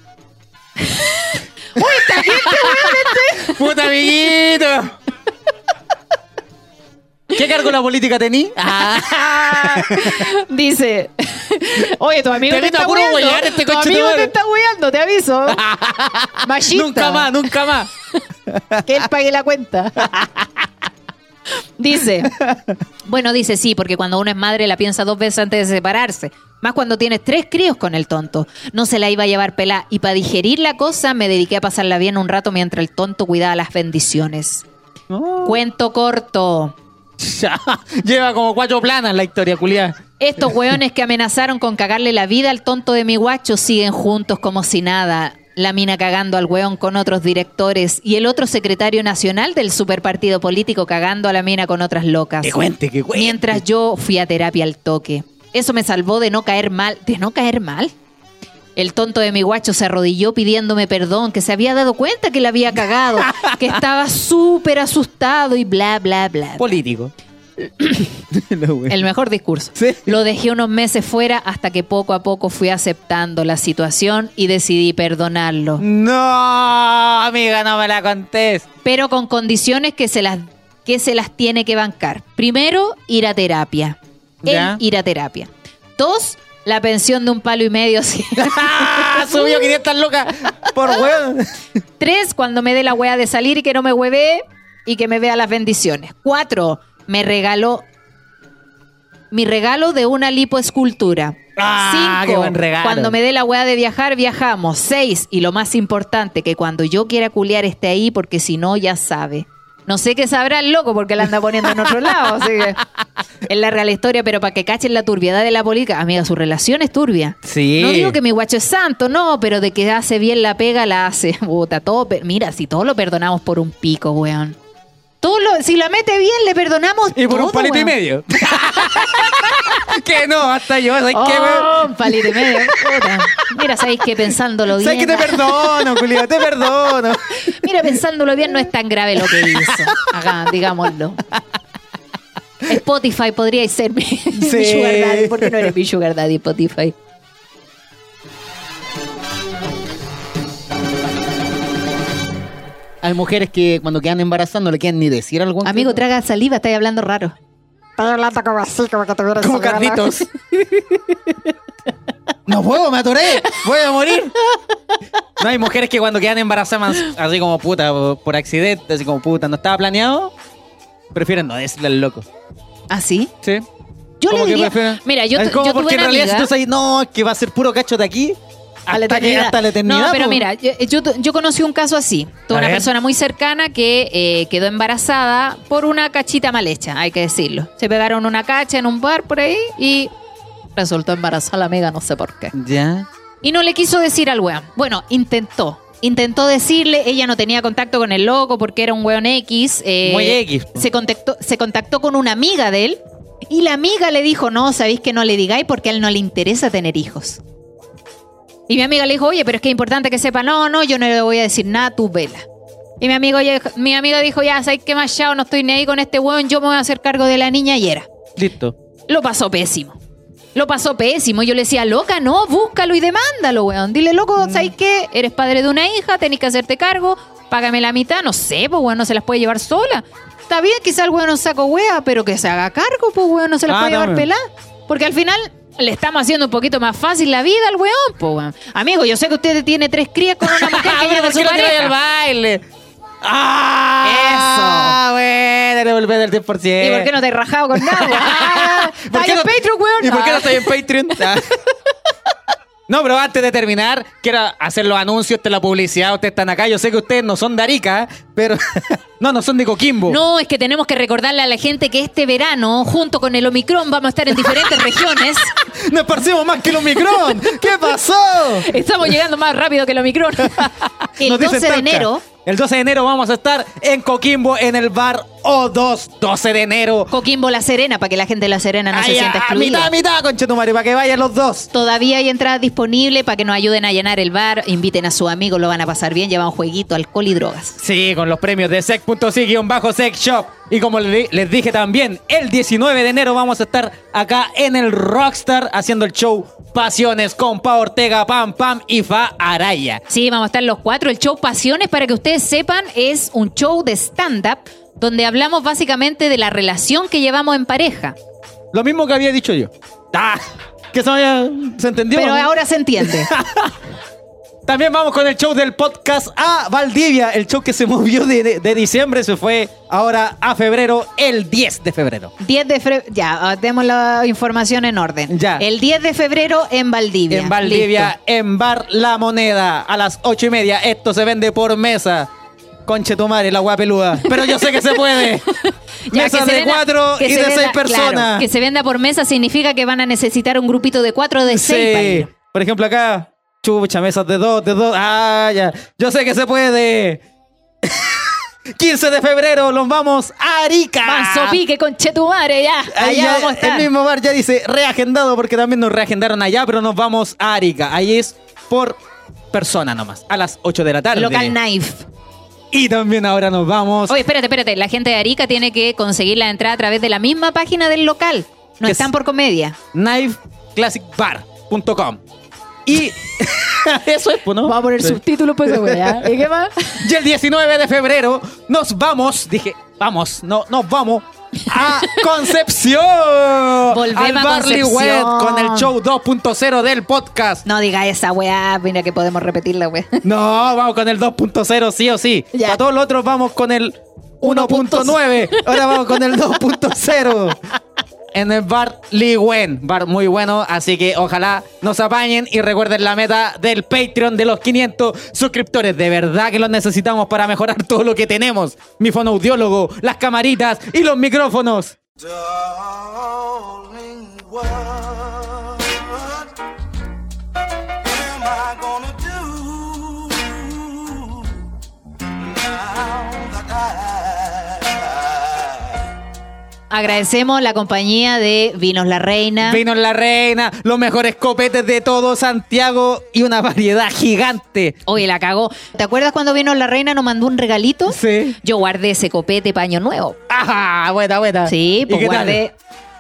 ¡Puta amiguito! ¿Qué cargo la política tení?
Ah, Dice, oye, tu amigo
Te
te,
meto
está
a puro
hueando.
huear este
tu
coche tu
amigo
madre.
te está hueando, te aviso. Machista.
Nunca más, nunca más.
Que él pague la cuenta. Dice, bueno, dice sí, porque cuando uno es madre la piensa dos veces antes de separarse. Más cuando tienes tres críos con el tonto. No se la iba a llevar pelá. Y para digerir la cosa me dediqué a pasarla bien un rato mientras el tonto cuidaba las bendiciones. Oh. Cuento corto.
Ya. Lleva como cuatro planas la historia, culia.
Estos hueones que amenazaron con cagarle la vida al tonto de mi guacho siguen juntos como si nada. La mina cagando al hueón con otros directores y el otro secretario nacional del superpartido político cagando a la mina con otras locas.
Que cuente, que cuente.
Mientras yo fui a terapia al toque. Eso me salvó de no caer mal. ¿De no caer mal? El tonto de mi guacho se arrodilló pidiéndome perdón, que se había dado cuenta que la había cagado, que estaba súper asustado y bla, bla, bla. bla.
Político.
El mejor discurso. Lo dejé unos meses fuera hasta que poco a poco fui aceptando la situación y decidí perdonarlo.
No, amiga, no me la contés.
Pero con condiciones que se las, que se las tiene que bancar. Primero, ir a terapia. Él
Ya.
ir a terapia. Dos, la pensión de un palo y medio. sí.
¡Ah! Subió 500 lucas por hueón.
Tres, cuando me dé la wea de salir y que no me hueve y que me vea las bendiciones. Cuatro, me regaló mi regalo de una lipoescultura.
Ah,
Cinco,
qué buen regalo.
cuando me dé la wea de viajar, viajamos. Seis, y lo más importante, que cuando yo quiera culiar esté ahí porque si no, ya sabe. No sé qué sabrá el loco porque la anda poniendo en otro lado. Así que es la real historia, pero para que cachen la turbiedad de la política. Amiga, su relación es turbia.
Sí.
No digo que mi guacho es santo, no, pero de que hace bien la pega, la hace. Puta, todo. pe- Mira, si todo lo perdonamos por un pico, weón. Todo lo, si la mete bien, le perdonamos
Y por
todo,
un palito y
Oh, weón.
medio. que no, hasta yo. ¿Sabes qué, weón?
Oh, un palito y medio. puta. Mira, sabéis que pensándolo bien.
¿Sabes que te perdono, Julio? Te perdono.
Mira, pensándolo bien, no es tan grave lo que hizo. Acá, digámoslo. Spotify podría ser mi, mi
Sí.
sugar daddy. ¿Por qué no eres mi sugar daddy, Spotify?
Hay mujeres que cuando quedan embarazadas no le quieren ni decir algo.
Amigo, traga saliva, estáis hablando raro.
Como carnitos.
No puedo, me atoré.
Voy a morir. No hay mujeres que cuando quedan embarazadas, así como puta, por accidente, así como puta, no estaba planeado, prefieren no decirle al loco.
¿Ah, sí?
Sí.
Yo
Como
le
que
diría...
prefieren-
Mira, yo,
Es
tu-
como
yo
porque
tuve
en
una
realidad
amiga...
si tú sabes, no, es que va a ser puro cacho de aquí
A la
hasta, que-
eternidad.
hasta la eternidad.
No, pero
po.
mira, yo, yo tu- yo conocí un caso así. Tuve
A
una
ver.
persona muy cercana que eh, quedó embarazada por una cachita mal hecha, hay que decirlo. Se pegaron una cacha en un bar por ahí y resultó embarazada la amiga, no sé por qué.
Ya.
Y no le quiso decir al weón. Bueno, intentó. Intentó decirle, ella no tenía contacto con el loco porque era un weón X. eh,
Muy X, po.
Se contactó, se contactó con una amiga de él y la amiga le dijo, no, sabéis que no le digáis porque a él no le interesa tener hijos. Y mi amiga le dijo, oye, pero es que es importante que sepa, no, no, yo no le voy a decir nada, tú vela. Y mi, amigo, ya- mi amiga dijo, ya, ¿sabéis qué más chao? No estoy ni ahí con este weón, yo me voy a hacer cargo de la niña y era
Listo.
lo pasó pésimo. Lo pasó pésimo. Yo le decía, loca, no, búscalo y demándalo, weón. Dile, loco,
Mm.
¿sabes qué? Eres padre de una hija, tenés que hacerte cargo, págame la mitad, no sé, pues, weón, no se las puede llevar sola. Está bien, quizá el weón no saco wea, pero que se haga cargo, pues, weón, no se las
Ah,
puede
no,
llevar
weón.
pelada. Porque al final le estamos haciendo un poquito más fácil la vida al weón, pues, weón. Amigo, yo sé que usted tiene tres crías con una mujer que lleva a
Ah, ¿Por
su
qué lo tiráis
pareja.
al baile? ¡Ah! Eso. Bueno, le volvés del 10%.
¿Y por qué no te has rajado con nada? weón? Ah,
Eh. ¿Por
¿estás
qué
en
no-
Patreon, weón?
¿Y por qué no
Ah.
estoy en Patreon? Ah. No, pero antes de terminar, quiero hacer los anuncios, esta es la publicidad, ustedes están acá, yo sé que ustedes no son de Arica, pero... No, no son de Coquimbo.
No, es que tenemos que recordarle a la gente que este verano, junto con el Omicron, vamos a estar en diferentes regiones.
Nos parecemos más que el Omicron. ¿Qué pasó?
Estamos llegando más rápido que el Omicron. El
Nos dicen
12 de
Talca.
enero,
El 12 de enero vamos a estar en Coquimbo en el bar O2. 12 de enero.
Coquimbo La Serena, para que la gente de La Serena no
Ay,
se sienta
a mitad,
excluida.
a mitad, conchetumare, para que vayan los dos.
Todavía hay entradas disponibles para que nos ayuden a llenar el bar. Inviten a sus amigos, lo van a pasar bien. Llevan jueguito, alcohol y drogas.
Sí, con los premios de sec.si-sec shop. Y como le- les dije también, el 19 de enero vamos a estar acá en el Rockstar haciendo el show Pasiones con Pa Ortega, Pam Pam y Fa Araya.
Sí, vamos a estar los cuatro. El show Pasiones, para que ustedes sepan, es un show de stand-up donde hablamos básicamente de la relación que llevamos en pareja.
Lo mismo que había dicho yo. Ah, que se, vaya- se entendió.
Pero
¿no?
ahora se entiende.
También vamos con el show del podcast a Valdivia, el show que se movió de, de diciembre, se fue ahora a febrero, el 10 de febrero.
10 de febrero, ya, ah, demos la información en orden.
Ya.
El 10 de febrero en Valdivia.
En Valdivia,
Listo.
en Bar La Moneda, a las ocho y media. Esto se vende por mesa. Conche tu madre, la agua peluda. Pero yo sé que se puede.
Ya,
Mesas
que se
de
venda-
cuatro
que
y
se
de
venda-
seis
claro,
personas.
que se venda por mesa significa que van a necesitar un grupito de cuatro o de seis. para
sí.
ir.
Por ejemplo, acá, chucha, mesas de dos, de dos. Ah, ya. Yo sé que se puede. 15 de febrero, los vamos a Arica.
Manso pique con Chetumare, ya.
Ah. Ahí
Allá
ya
vamos a estar.
El mismo bar ya dice reagendado porque también nos reagendaron allá, pero nos vamos a Arica. Ahí es por persona nomás, a las 8 de la tarde.
Local Knife.
Y también ahora nos vamos.
Oye, espérate, espérate. La gente de Arica tiene que conseguir la entrada a través de la misma página del local. No
Que
están
es-
por comedia.
knifeclassicbar.com. Y eso es, pues, ¿no?
a poner subtítulos, pues, weá. ¿Y qué más?
Y el 19 de febrero nos vamos, dije, vamos, no, nos vamos a Concepción.
Volvemos
al
a
Barley
Concepción.
Wet con el show 2.0 del podcast.
No diga esa weá, mira que podemos repetirla, weá.
No, vamos con el 2.0 sí o sí.
Ya.
Para todos los otros vamos con el 1.9. Ahora vamos con el 2.0. En el bar Ligüen, bar muy bueno, así que ojalá nos apañen y recuerden la meta del Patreon de los 500 suscriptores. De verdad que los necesitamos para mejorar todo lo que tenemos. Mi fonoaudiólogo, las camaritas y los micrófonos.
Darling, what am I gonna do now that I
Agradecemos la compañía de Vinos La Reina.
Vino la reina, los mejores copetes de todo Santiago y una variedad gigante.
Oye, la cagó. ¿Te acuerdas cuando Vinos La Reina nos mandó un regalito?
Sí.
Yo guardé ese copete paño nuevo.
Ajá, buena, buena.
Sí,
¿Y
pues
qué tal?
guardé.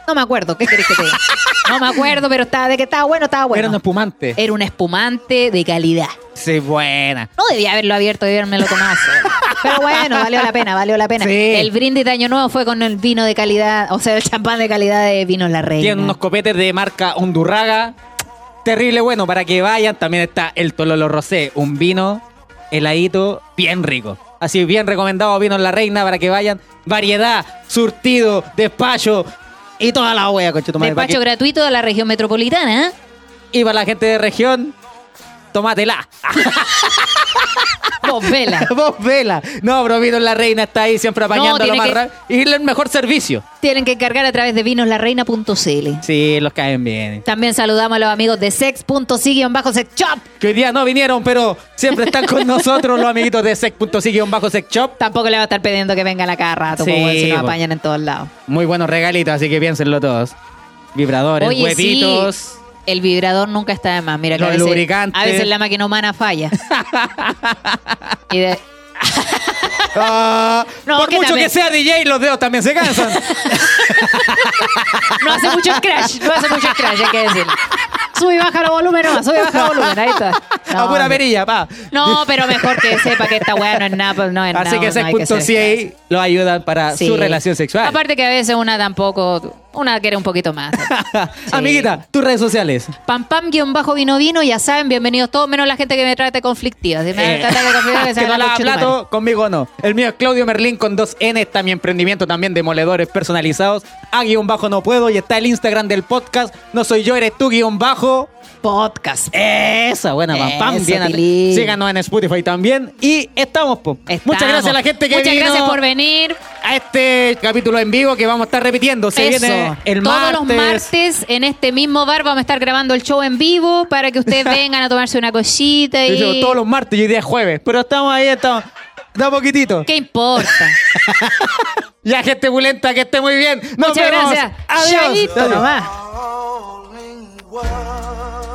No me acuerdo, ¿qué querés que te diga? No me acuerdo, pero estaba de que estaba bueno, estaba bueno. eh,
Era un espumante.
Era un espumante de calidad.
Sí, buena.
No debía haberlo abierto y haberme lo tomado. solo. Pero bueno, valió la pena, valió la pena.
Sí.
El brindis de Año Nuevo fue con el vino de calidad, o sea, el champán de calidad de Vinos La Reina.
Tienen unos copetes de marca Hondurraga. Terrible bueno para que vayan. También está el Tololo Rosé, un vino heladito bien rico. Así bien recomendado vino La Reina para que vayan. Variedad, surtido, despacho y toda la wea, conchetumare.
Despacho
Pa'
gratuito de la región metropolitana. ¿eh?
que- Y para la gente de región, tómatela.
Ah. Vos vela.
Vos vela. No, pero vino La Reina está ahí siempre apañando lo
tiene
más
que-
rápido. Y el mejor servicio.
Tienen que cargar a través de vinoslareina.cl.
Sí, los caen bien.
También saludamos a los amigos de sex.si-sex shop.
Que hoy día no vinieron, pero siempre están con nosotros los amiguitos de sec.si-secshop.
Tampoco le va a estar pidiendo que vengan a cada rato,
Sí,
po, weón, si nos
po.
apañan en todos lados.
Muy buenos regalitos, así que piénsenlo todos. Vibradores,
Oye, sí,
huevitos.
el vibrador nunca está de más. Mira que a
Los
veces,
lubricantes.
a veces la máquina humana falla. Y de-
Ah,
No,
por
que
mucho
también-
que sea DJ, los dedos también se cansan.
no hace mucho crash, no hace mucho crash, hay que decirlo. Sube y baja los volúmenes, no, sube y baja los volúmenes, ahí está. No,
a pura
hombre.
perilla, pa.
No, pero mejor que sepa que esta weá no es nada, pues, no es
Así
nada,
que
no hay ser-
6.6 lo ayudan para
Sí.
su relación sexual.
Aparte que a veces una tampoco, una quiere un poquito más.
Amiguita, tus redes sociales.
Pam pam guión bajo vino vino, ya saben, bienvenidos todos, menos la gente que me trate conflictiva. Si me
Eh,
trata de conflictiva, que se
que no
haga la
la
concha de su madre.
plato, conmigo no. El mío es Claudio Merlín con dos N, está mi emprendimiento también de moledores personalizados. A guión bajo no puedo y está el Instagram del podcast. No soy yo, eres tú guión bajo.
Podcast.
Esa, buena, pam, pam,
Eso,
bien.
Tilín.
Síganos en Spotify también. Y estamos, po.
Estamos.
Muchas gracias a la gente que
Muchas
vino
gracias por venir.
a este capítulo en vivo que vamos a estar repitiendo. Se
Eso.
viene el
Todos
martes.
los martes en este mismo bar vamos a estar grabando el show en vivo para que ustedes vengan a tomarse una cosita
Yo digo,
y
todos los martes y hoy día es jueves. Pero estamos ahí, estamos. Da poquitito.
¿Qué importa?
Ya, gente pulenta, que esté muy bien. Nos
Muchas
vemos.
gracias.
Adiós.
Chaito
Adiós.
nomás.
darling, what